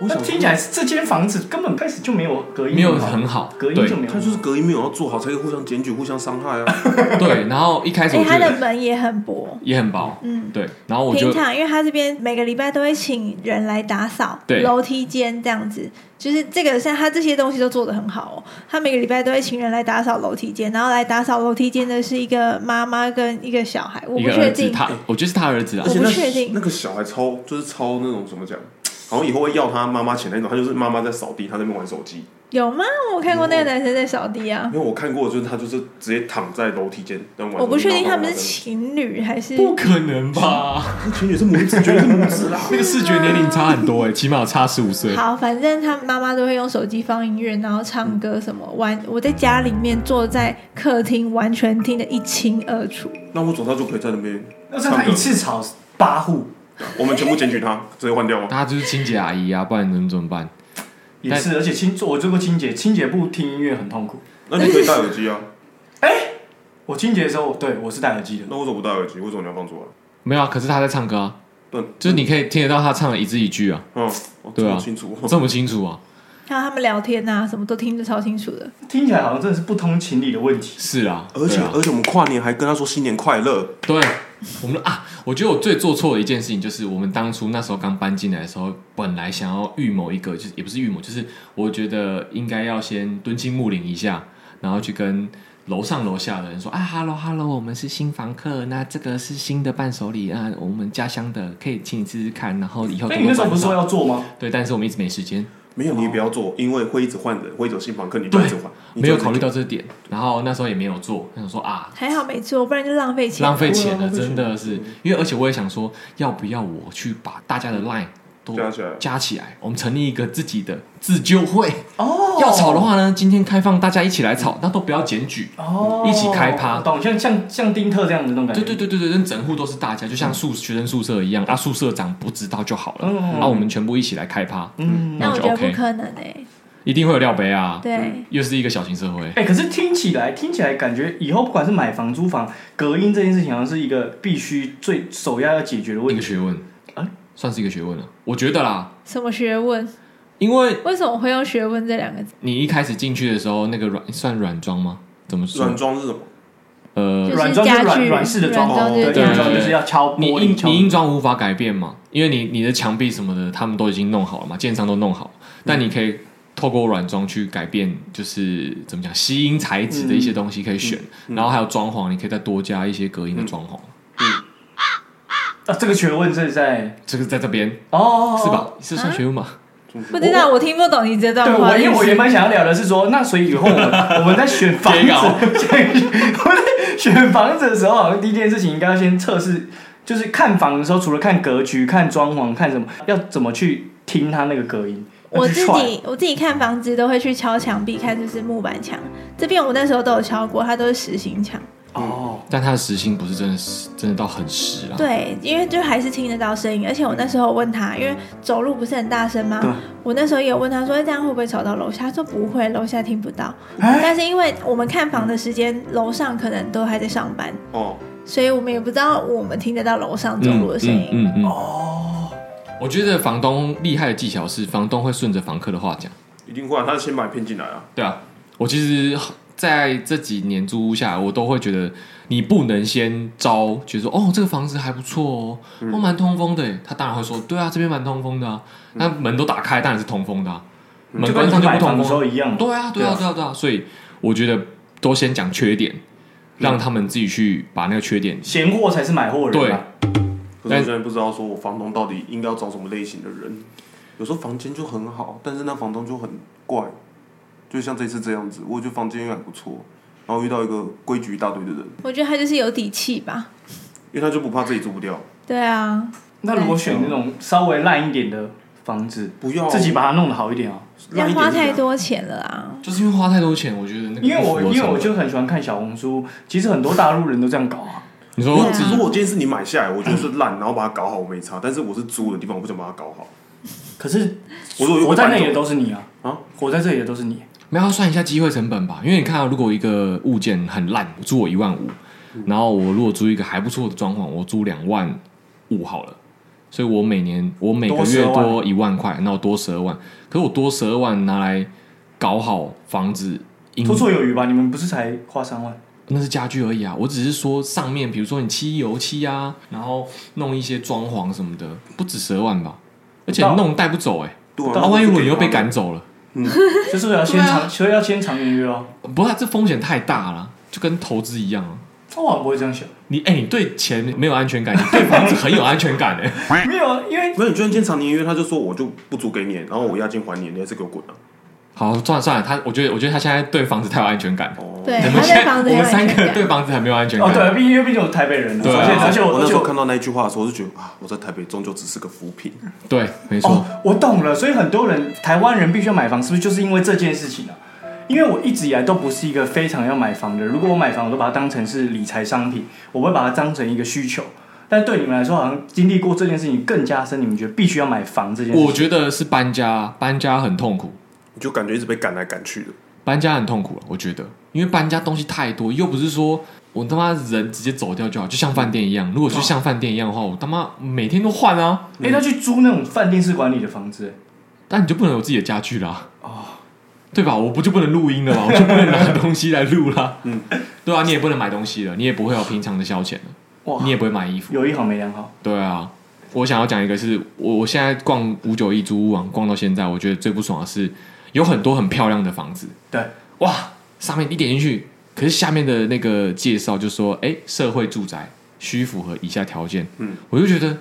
Speaker 2: 我
Speaker 5: 那
Speaker 2: 想
Speaker 5: 听起来是这间房子根本开始就没有隔音，
Speaker 3: 没有很好
Speaker 5: 隔音
Speaker 3: 对
Speaker 5: 就没有
Speaker 2: 他
Speaker 5: 很
Speaker 2: 就
Speaker 5: 好。
Speaker 2: 是隔音没有要做好，才可以互相检举、互相伤害
Speaker 5: 嗯
Speaker 2: 啊。
Speaker 3: 对，然后一开始
Speaker 4: 哎、
Speaker 3: 我
Speaker 4: 它
Speaker 3: 觉
Speaker 4: 的
Speaker 3: 得
Speaker 4: 门也很薄，
Speaker 3: 也很薄，
Speaker 4: 嗯，
Speaker 3: 对，然后我
Speaker 4: 平
Speaker 3: 就
Speaker 4: 常因为它这边每个礼拜都会请人来打扫
Speaker 3: 对
Speaker 4: 楼梯间这样子，就是这个像它这些东西都做得很好哦。它每个礼拜都会请人来打扫楼梯间，然后来打扫楼梯间的是一个妈妈跟一个小孩，我
Speaker 3: 一
Speaker 4: 不
Speaker 3: 个
Speaker 4: 确
Speaker 3: 儿子，
Speaker 4: 定。
Speaker 3: 他我觉得是他儿子啊
Speaker 4: 我
Speaker 2: 而，且
Speaker 4: 不
Speaker 2: 那
Speaker 4: 确定
Speaker 2: 那个小孩超就是超那种怎么讲，好像以后会要他妈妈钱那种，他就是妈妈在扫地，他在那边玩手机。
Speaker 4: 有吗？我看过那个男生在扫地啊，
Speaker 2: 因为我看过，就是他就是直接躺在楼梯间在玩手机。
Speaker 4: 我不确定他们是
Speaker 2: 然后
Speaker 4: 情侣还是
Speaker 3: 不可能吧？
Speaker 2: 妈 妈在那边情侣是母子，绝对是母子啦。
Speaker 3: 那个视觉年龄差很多哎，起码有差十五岁。
Speaker 4: 好，反正他妈妈都会用手机放音乐，然后唱歌什么玩。我在家里面坐在客厅，完全听得一清二楚。
Speaker 2: 那我走他就可以在那边
Speaker 5: 那是
Speaker 2: 唱
Speaker 5: 他
Speaker 2: 歌
Speaker 5: 一。次炒八户，
Speaker 2: 我们全部检举他，直接换掉吗？
Speaker 3: 他就是清洁阿姨啊，不然能怎么办？
Speaker 5: 也是，而且清我做过清洁，清洁不听音乐很痛苦。
Speaker 2: 那你可以戴耳机啊。
Speaker 5: 我清洁的时候，对我是戴耳机的。
Speaker 2: 那为什么不戴耳机？为什么你要放出来？
Speaker 3: 没有啊，可是他在唱歌啊，
Speaker 2: 对，
Speaker 3: 就是你可以听得到他唱的一字一句啊，
Speaker 2: 嗯，
Speaker 3: 对啊
Speaker 2: 好清楚哦。
Speaker 3: 这么清楚啊？
Speaker 4: 还有他们聊天啊，什么都听得超清楚的。
Speaker 5: 听起来好像真的是不通情理的问题。
Speaker 3: 是啊，
Speaker 2: 而且、
Speaker 3: 对啊
Speaker 2: 而且我们跨年还跟他说新年快乐，
Speaker 3: 对，我们啊，我觉得我最做错的一件事情就是，我们当初那时候刚搬进来的时候，本来想要预谋一个，就是也不是预谋，就是我觉得应该要先蹲进木林一下，然后去跟楼上楼下的人说啊，hello hello，我们是新房客，那这个是新的伴手礼啊，我们家乡的，可以请你试试看，然后以后多
Speaker 5: 那哎你那时候
Speaker 3: 关
Speaker 5: 不是
Speaker 3: 照
Speaker 5: 说要做吗？
Speaker 3: 对，但是我们一直没时间，
Speaker 2: 没有你也不要做，因为会一直换人，会一直有新房客，你就
Speaker 3: 对
Speaker 2: 一直换，你
Speaker 3: 没
Speaker 2: 就
Speaker 3: 有
Speaker 2: 一直
Speaker 3: 考虑到这点，然后那时候也没有做，想说啊，
Speaker 4: 还好没做，不然就浪费钱。
Speaker 3: 浪费钱了，
Speaker 2: 对啊浪费
Speaker 3: 真
Speaker 2: 钱
Speaker 3: 的是。因为而且我也想说，要不要我去把大家的 line 都
Speaker 2: 加起来
Speaker 3: 加起来，我们成立一个自己的自救会。
Speaker 5: 哦
Speaker 3: 要吵的话呢，今天开放大家一起来吵，那都不要检举。
Speaker 5: 哦，
Speaker 3: 一起开趴
Speaker 5: 懂？像像像丁特这样的那种感觉。
Speaker 3: 对对对对对，跟整户都是大家，就像宿学生宿舍一样，啊，宿舍长不知道就好了，
Speaker 5: 嗯
Speaker 3: 啊，我们全部一起来开趴，
Speaker 5: 嗯，
Speaker 4: 那
Speaker 3: 那
Speaker 4: 我
Speaker 3: 就
Speaker 4: 觉得不
Speaker 3: OK，
Speaker 4: 可能哎、
Speaker 3: 一定会有料杯啊，
Speaker 5: 嗯
Speaker 4: 对，
Speaker 3: 又是一个小型社会，
Speaker 5: 哎、可是听起来听起来感觉以后不管是买房租房，隔音这件事情好像是一个必须最首要要解决的
Speaker 3: 一
Speaker 5: 问
Speaker 3: 个
Speaker 5: 题。
Speaker 3: 学问
Speaker 5: 啊，
Speaker 3: 算是一个学问了，我觉得啦，
Speaker 4: 什么学问？
Speaker 3: 因为
Speaker 4: 为什么会用学问这两个字？
Speaker 3: 你一开始进去的时候，那个软算软装吗？怎么说
Speaker 2: 软？装是什么？
Speaker 3: 呃，
Speaker 4: 就是
Speaker 5: 软装就
Speaker 4: 家
Speaker 5: 是软
Speaker 4: 具
Speaker 5: 软式的装潢，
Speaker 4: 软装就是
Speaker 5: 对，
Speaker 3: 对
Speaker 5: 软
Speaker 3: 对
Speaker 4: 家
Speaker 5: 装
Speaker 4: 具
Speaker 5: 就是要敲
Speaker 3: 你
Speaker 5: 玻
Speaker 3: 硬
Speaker 5: 璃敲。
Speaker 3: 你硬装无法改变嘛，因为你你的墙壁什么的，他们都已经弄好了嘛，建商都弄好了，但
Speaker 4: 嗯
Speaker 3: 你可以透过软装去改变，就是怎么讲，吸音材质的一
Speaker 4: 嗯
Speaker 3: 些东西可以选，然后还有装潢，你可以再多加一些隔
Speaker 4: 嗯
Speaker 3: 音的装潢，
Speaker 5: 啊，这个学问是在
Speaker 3: 这个在这边
Speaker 5: 哦，
Speaker 3: 是吧？是
Speaker 4: 啊
Speaker 3: 算学问吧？
Speaker 4: 不知道，我听不懂你这段
Speaker 5: 对，我
Speaker 4: 话的意思。
Speaker 5: 因为我原本想要聊的是说，那所以以后我们 我们在选房子，
Speaker 3: 别 搞
Speaker 5: 我在选房子的时候，好像第一件事情应该要先测试，就是看房的时候，除了看格局、看装潢、看什么，要怎么去听它那个隔音。
Speaker 4: 我
Speaker 5: 要去
Speaker 4: 自
Speaker 5: 踹
Speaker 4: 己我自己看房子都会去敲墙壁，看就是木板墙。这边我那时候都有敲过，它都是实心墙。
Speaker 5: 哦，
Speaker 3: 但它的实心不是真的实，真的到很实啊啦。
Speaker 4: 对，因为就还是听得到声音，而且我那时候问他，因为走路不是很大声吗
Speaker 5: 对？
Speaker 4: 我那时候也有问他说哎这样会不会吵到楼下，他说不会，楼下听不到。但是因为我们看房的时间，楼上可能都还在上班，
Speaker 2: 哦，
Speaker 4: 所以我们也不知道我们听得到楼上走路的声音。
Speaker 3: 嗯嗯。哦。我觉得房东厉害的技巧是，房东会顺着房客的话讲。
Speaker 2: 一定会啊，他先把你骗进来啊。
Speaker 3: 对啊，我其实在这几年租屋下来，我都会觉得你不能先招，觉得说哦这个房子还不错哦，
Speaker 5: 嗯
Speaker 3: 哦蛮通风的耶，他当然会说对啊，这边蛮通风的啊，
Speaker 5: 嗯
Speaker 3: 那门都打开，当然是通风的、啊，门
Speaker 5: 就
Speaker 3: 关
Speaker 5: 跟你
Speaker 3: 上就不
Speaker 5: 买
Speaker 3: 通
Speaker 5: 房的时
Speaker 3: 风
Speaker 5: 候
Speaker 3: 啊。
Speaker 5: 一样。
Speaker 3: 对啊，对啊，对啊，对啊，所以我觉得都先讲缺点，让他们自己去把那个缺点。
Speaker 5: 闲货才是买货人嘛。
Speaker 2: 可是我现在不知道，说我房东到底应该要找什么类型的人。有时候房间就很好，但是那房东就很怪，就像这次这样子，我觉得房间还不错，然后遇到一个规矩一大堆的人，
Speaker 4: 我觉得他就是有底气吧。
Speaker 2: 因为他就不怕自己住不掉，
Speaker 4: 对啊，
Speaker 5: 那如果选那种稍微烂一点的房子，
Speaker 2: 不
Speaker 3: 哦
Speaker 2: 要
Speaker 5: 自己把它弄得好一点啊。
Speaker 4: 要
Speaker 2: 烂一点
Speaker 4: 花
Speaker 2: 就这样
Speaker 4: 太多钱了啊。
Speaker 3: 就是因为花太多钱，我觉得那个
Speaker 5: 因为我
Speaker 3: 不符合
Speaker 5: 因为我
Speaker 3: 成
Speaker 5: 就
Speaker 3: 本
Speaker 5: 很喜欢看小红书，其实很多大陆人都这样搞啊。
Speaker 3: 你
Speaker 2: 如
Speaker 3: 说
Speaker 2: 果
Speaker 4: 对啊
Speaker 2: 只是我今天是你买下来，我觉得是烂，然后把它搞好我没差，但是我是租的地方，我不想把它搞好。
Speaker 5: 可是
Speaker 2: 我说我
Speaker 5: 活在那里的
Speaker 2: 里
Speaker 5: 都是你啊，
Speaker 2: 啊，嗯
Speaker 5: 活在这里的都是你。
Speaker 3: 没有要算一下机会成本吧，因为你看、啊，如果一个物件很烂，我租我一
Speaker 5: 嗯
Speaker 3: 万五，然后我如果租一个还不错的装潢，我租两万五好了，所以我每年我每个
Speaker 5: 多
Speaker 3: 月
Speaker 5: 12万
Speaker 3: 多一万块，那我多十二万，可是我多十二万拿来搞好房子，应
Speaker 5: 绰绰有余吧？你们不是才花三万？
Speaker 3: 那是家具而已啊，我只是说上面，比如说你漆油漆啊，然后弄一些装潢什么的，不止十万吧，而且
Speaker 5: 不到
Speaker 3: 弄带不走哎、
Speaker 2: 对
Speaker 3: 欸，啊，万一我又被赶，走了，
Speaker 5: 就是要先长，所以要签长年约哦。
Speaker 3: 不是、啊、这风险太大了，就跟投资一样啊。
Speaker 5: 哦我好像不会这样想，
Speaker 3: 你哎、你对钱没有安全感，你对房子很有安全感哎、欸。
Speaker 5: 没有，啊，因为
Speaker 2: 不是你居然签长年约，他就说我就不租给你，然后我押金还你，你还是给我滚啊！
Speaker 3: 好，算了算了，他我觉得我觉得他现在对房子太有安全感了。
Speaker 2: 哦，
Speaker 4: 对，
Speaker 3: 我
Speaker 4: 他
Speaker 3: 们现
Speaker 4: 对
Speaker 3: 在
Speaker 4: 房
Speaker 3: 我
Speaker 4: 子很有
Speaker 3: 们三
Speaker 4: 安全
Speaker 3: 个对
Speaker 4: 感。
Speaker 3: 房子很没有安全感。
Speaker 5: 哦对，毕竟因为毕竟我台北人啊，
Speaker 3: 对啊
Speaker 5: 而且而且我
Speaker 2: 我
Speaker 5: 而
Speaker 2: 那
Speaker 5: 且
Speaker 2: 时候
Speaker 5: 我
Speaker 2: 看到那一句话的时候，我就觉得啊，我在台北终究只是个浮萍。
Speaker 3: 对没错、
Speaker 5: 哦，我懂了，所以很多人台湾人必须要买房，是不是就是因为这件事情啊？因为我一直以来都不是一个非常要买房的人，如果我买房，我都把它当成是理财商品，我不会把它当成一个需求。但对你们来说，好像经历过这件事情更加深，你们觉得必须要买房这件事情。
Speaker 3: 我觉得是搬家，搬家很痛苦，
Speaker 2: 你就感觉一直被赶来赶去的，
Speaker 3: 搬家很痛苦了，我觉得，因为搬家东西太多，又不是说我他妈人直接走掉就好，就像饭店一样。如果去像饭店一样的话，我他妈每天都换啊，
Speaker 5: 哎、他去租那种饭店式管理的房子、欸
Speaker 3: 但你就不能有自己的家具啦，哦，对吧？我不就不能录音了嘛， 我就不能拿东西来录啦，嗯，对啊，你也不能买东西了，你也不会有平常的消遣了，
Speaker 5: 哇，
Speaker 3: 你也不会买衣服，
Speaker 5: 有一好没两好。
Speaker 3: 对啊，我想要讲一个是，我我现在逛五九一租屋网逛到现在，我觉得最不爽的是有很多很漂亮的房子，
Speaker 5: 对，
Speaker 3: 哇，上面一点进去，可是下面的那个介绍就说，哎，社会住宅需符合以下条件，
Speaker 2: 嗯，
Speaker 3: 我就觉得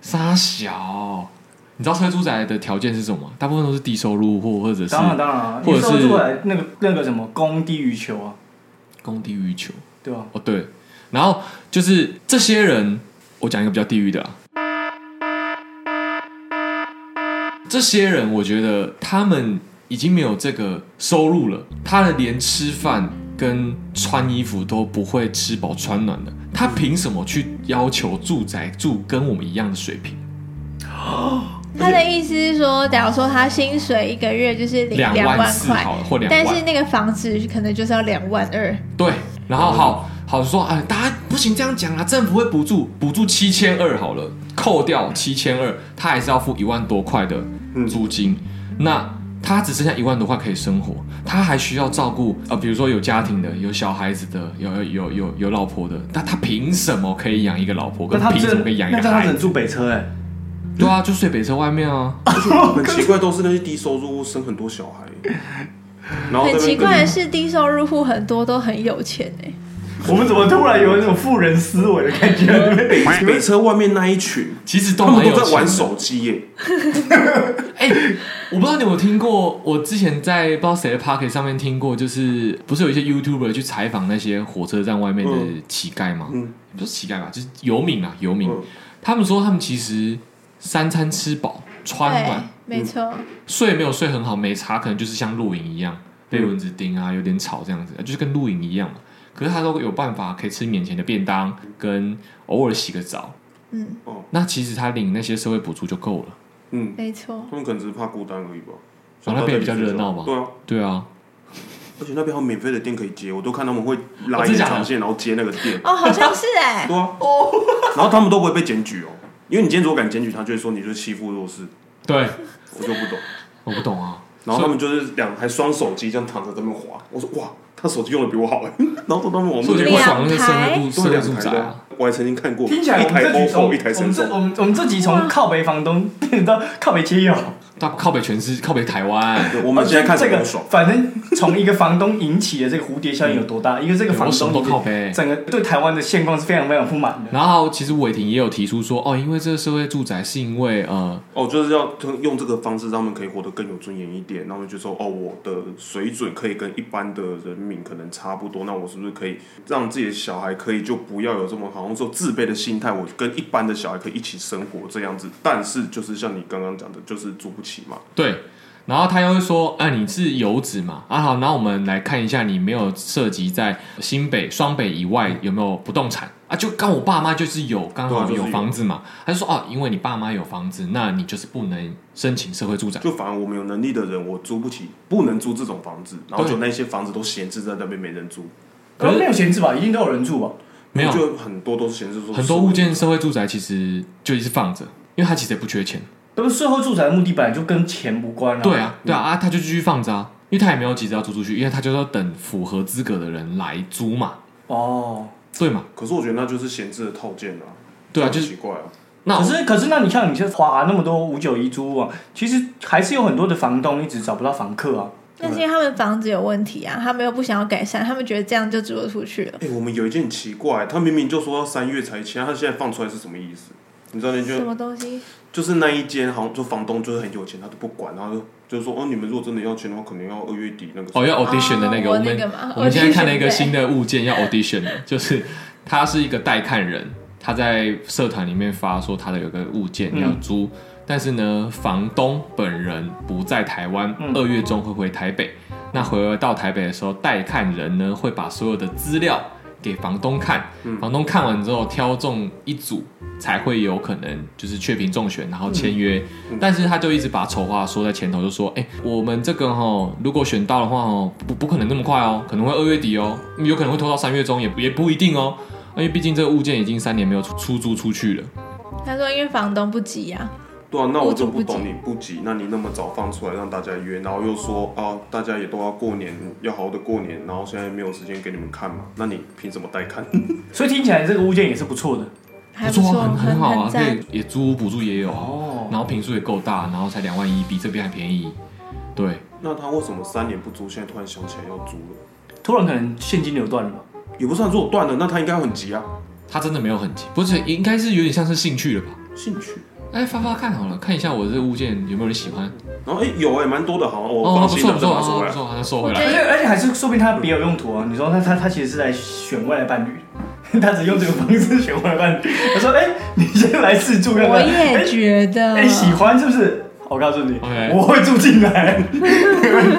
Speaker 3: 傻小，你知道社会住宅的条件是什么吗？大部分都是低收入或或者是
Speaker 5: 当然当然啊，
Speaker 3: 或者是
Speaker 5: 你说出来那个那个什么供低于求啊，
Speaker 3: 供低于求，
Speaker 5: 对吧？
Speaker 3: 哦对，然后就是这些人，我讲一个比较地狱的啊。这些人，我觉得他们已经没有这个收入了，他的连吃饭跟穿衣服都不会吃饱穿暖的，他凭什么去要求住宅住跟我们一样的水平？
Speaker 4: 他的意思是说，假如说他薪水一个月就是领
Speaker 3: 两
Speaker 4: 万
Speaker 3: 四
Speaker 4: 块，
Speaker 3: 好了，或两万，
Speaker 4: 但是那个房子可能就是要两万二，
Speaker 3: 对，啊然后好好说，哎，大家不行这样讲啦，啊政府会补助，补助七千二好了，扣掉七千二，他还是要付一万多块的租金，那他只剩下一万多块可以生活，他还需要照顾呃，比如说有家庭的，有小孩子的，有有有有有老婆的，那他凭什么可以养一个老婆，
Speaker 5: 那
Speaker 3: 跟
Speaker 5: 他
Speaker 3: 凭什么可以
Speaker 5: 只
Speaker 3: 养一
Speaker 5: 那
Speaker 3: 个
Speaker 5: 他只
Speaker 3: 孩
Speaker 5: 能
Speaker 3: 子？
Speaker 5: 住北车哎、欸
Speaker 3: 对啊，就睡北车外面啊，
Speaker 2: 哦很奇怪，都是那些低收入户生很多小 孩，然后在那
Speaker 4: 很
Speaker 2: 边
Speaker 4: 奇
Speaker 2: 跟
Speaker 4: 怪
Speaker 2: 你
Speaker 4: 的是，低收入户很多都很有钱哎、
Speaker 5: 我们怎么突然有那种富人思维的 感觉？
Speaker 2: 北北车外面那一群，
Speaker 3: 其实都
Speaker 2: 他们
Speaker 3: 蛮有
Speaker 2: 都
Speaker 3: 钱
Speaker 2: 在玩
Speaker 3: 的
Speaker 2: 手机耶。
Speaker 3: 哎、我不知道你有没有听过，我之前在不知道谁的 p o c k e t 上面听过，就是不是有一些 YouTuber 去采访那些火车站外面的
Speaker 2: 嗯
Speaker 3: 乞丐吗？
Speaker 2: 嗯
Speaker 3: 不是乞丐吧，就是游民啊，游民。
Speaker 2: 嗯
Speaker 3: 他们说他们其实三餐吃饱穿
Speaker 4: 对
Speaker 3: 暖，，
Speaker 4: 没错，
Speaker 3: 睡没有睡很好，没差，可能就是像露营一样被蚊子叮啊，有点吵这样子，就是跟露营一样嘛。可是他都有办法可以吃免钱的便当，跟偶尔洗个澡。
Speaker 4: 嗯，
Speaker 3: 那其实他领那些社会补助就够了。
Speaker 2: 嗯，
Speaker 4: 没错，
Speaker 2: 他们可能只是怕孤单而已吧。
Speaker 3: 哦那边比较热闹吧
Speaker 2: 对啊，
Speaker 3: 对啊，
Speaker 2: 而且那边还有免费的电可以接，我都看他们会
Speaker 3: 哦
Speaker 2: 拉
Speaker 3: 真
Speaker 2: 延
Speaker 3: 的假的
Speaker 2: 长线，然后接那个电。
Speaker 4: 哦，好像是哎、
Speaker 2: 啊 对啊， 然后他们都不会被检举哦，因为你今天如果敢检举，他就会说你就欺负弱势，
Speaker 3: 对，
Speaker 2: 我就不懂。
Speaker 3: 我不懂啊。
Speaker 2: 哦然后他们就是两还双手机这样躺着在那边滑，我说哇，他手机用的比我好哎， 然后他们网
Speaker 3: 所
Speaker 2: 络
Speaker 3: 以
Speaker 2: 就
Speaker 3: 我就
Speaker 4: 两
Speaker 3: 不爽那
Speaker 4: 台
Speaker 3: 个社会住社
Speaker 2: 都
Speaker 3: 会
Speaker 2: 两
Speaker 3: 住
Speaker 2: 台
Speaker 3: 宅
Speaker 2: 的
Speaker 3: 啊
Speaker 2: 啊。，我还曾经看过，
Speaker 5: 听起来
Speaker 2: 一
Speaker 5: 我们
Speaker 2: 台
Speaker 5: 这局
Speaker 2: OPPO 一台
Speaker 5: 我们这
Speaker 2: Samsung，
Speaker 5: 我们我们这集从靠北房东 变到靠北啊街友，
Speaker 3: 大靠北全是靠北台湾，
Speaker 2: 对我们现在看
Speaker 5: 这
Speaker 2: 着
Speaker 5: 个
Speaker 2: 很爽，
Speaker 5: 反正从一个房东引起的这个蝴蝶效应有多大？一个这个
Speaker 3: 我
Speaker 5: 房
Speaker 3: 什么都哎
Speaker 5: 东
Speaker 3: 靠北。
Speaker 5: 整个对台湾的现况是非常非常不满的。
Speaker 3: 然后其实伟霆也有提出说，哦，因为这个社会住宅是因为呃，
Speaker 2: 哦，就是要通用这个方式让他们可以活得更有尊严一点，然后就说哦，我的水准可以跟一般的人民可能差不多，那我是不是可以让自己的小孩可以就不要有这么好像说自卑的心态，我跟一般的小孩可以一起生活这样子？但是就是像你刚刚讲的，就是租不起嘛，
Speaker 3: 对，然后他又会说，啊，你是游子嘛，啊好，那我们来看一下你没有涉及在新北、双北以外有没有不动产啊？就刚我爸妈就是有，刚
Speaker 2: 对啊
Speaker 3: 好
Speaker 2: 就是
Speaker 3: 有
Speaker 2: 有
Speaker 3: 房子嘛，他就说，哦，因为你爸妈有房子，那你就是不能申请社会住宅。
Speaker 2: 就反而我们有能力的人，我租不起，不能租这种房子，然后
Speaker 3: 对
Speaker 2: 就那些房子都闲置在那边没人租。
Speaker 3: 可是
Speaker 5: 呃没有闲置吧，一定都有人住吧？
Speaker 3: 没有
Speaker 2: 我觉得很多都是显示说
Speaker 3: 很多物件社会住宅其实就一直放着，因为它其实也不缺钱。
Speaker 5: 那么税后住宅的目的本来就跟钱无关啊。
Speaker 3: 对啊，对啊，啊，他就继续放着啊，因为他也没有急着要租出去，因为他就是要等符合资格的人来租嘛，
Speaker 5: 哦，
Speaker 3: 对嘛？
Speaker 2: 可是我觉得那就是闲置的套件啊，
Speaker 3: 对啊，就
Speaker 2: 这很
Speaker 3: 是
Speaker 2: 奇怪啊。
Speaker 3: 那
Speaker 5: 可
Speaker 3: 我
Speaker 5: 是可是那你像你现在花那么多五九一租屋网，其实还是有很多的房东一直找不到房客啊。
Speaker 4: 那是因为他们房子有问题啊，他们又不想要改善，他们觉得这样就租得出去了。
Speaker 2: 哎、我们有一件很奇怪，他明明就说要三月才签，他现在放出来是什么意思？你知道那
Speaker 4: 什
Speaker 2: 就
Speaker 4: 么东西？
Speaker 2: 就是那一间好像就房东就是很有钱，他都不管，然后就就是说哦，你们如果真的要签的话，可能要二月底那个时候。
Speaker 3: 哦要 audition 的那个，
Speaker 4: 哦
Speaker 3: 我
Speaker 4: 我那个
Speaker 3: 们
Speaker 4: 嘛
Speaker 3: 我们现在看了一个
Speaker 4: audition，对
Speaker 3: 新的物件要 audition 的，就是他是一个带看人，他在社团里面发说他的有个物件要租，但是呢，房东本人不在台湾，
Speaker 5: 嗯
Speaker 3: 二月中会回台北。那回到台北的时候，带看人呢会把所有的资料给房东看，房东看完之后挑中一组，才会有可能就是确评中选，然后签约。但是他就一直把丑话说在前头，就说：“哎、我们这个哈，如果选到的话哦，不不可能那么快哦，可能会二月底哦，有可能会拖到三月中，也不也不一定哦。”因为毕竟这个物件已经三年没有出出租出去了，
Speaker 4: 他说因为房东不急呀、啊，
Speaker 2: 对啊，那我就
Speaker 4: 屋主
Speaker 2: 不
Speaker 4: 不
Speaker 2: 懂
Speaker 4: 急
Speaker 2: 你不急，那你那么早放出来让大家约，然后又说啊，大家也都要过年，要好好的过年，然后现在没有时间给你们看嘛，那你凭什么带看？
Speaker 5: 所以听起来这个物件也是不错的
Speaker 4: 还
Speaker 3: 错
Speaker 4: 错，
Speaker 3: 啊，很
Speaker 4: 很
Speaker 3: 好啊，可
Speaker 4: 赞
Speaker 3: 以。也租屋补助也有啊，
Speaker 5: 哦
Speaker 3: 然后平数也够大，然后才两万一，比这边还便宜。对，
Speaker 2: 那他为什么三年不租，现在突然想起来要租了？
Speaker 5: 突然可能现金流断了吧？
Speaker 2: 也不算，如果断了，那他应该很急啊。
Speaker 3: 他真的没有很急，不是应该是有点像是兴趣了吧？
Speaker 2: 兴趣，
Speaker 3: 哎，发发看好了，看一下我这物件有没有人喜欢。
Speaker 2: 然后哎、有哎、蛮多的，好，我
Speaker 3: 哦，
Speaker 2: 放
Speaker 3: 不
Speaker 2: 心
Speaker 3: 错
Speaker 2: 了，
Speaker 3: 不
Speaker 2: 再
Speaker 3: 错，
Speaker 2: 拿
Speaker 3: 不
Speaker 2: 出
Speaker 3: 错
Speaker 2: 来
Speaker 3: 不。错，他收
Speaker 4: 我
Speaker 3: 回
Speaker 4: 觉
Speaker 5: 而
Speaker 3: 来
Speaker 4: 得。
Speaker 5: 且而且还是说不定他别有用途啊！你说他他他其实是来选未来伴侣， 他只用这个方式选未来伴侣。他说：“哎、你先来试住看看。
Speaker 4: 我
Speaker 5: 哎”
Speaker 4: 也觉得，
Speaker 5: 哎、喜欢是不是？我告诉你
Speaker 3: OK
Speaker 5: 我会住进来，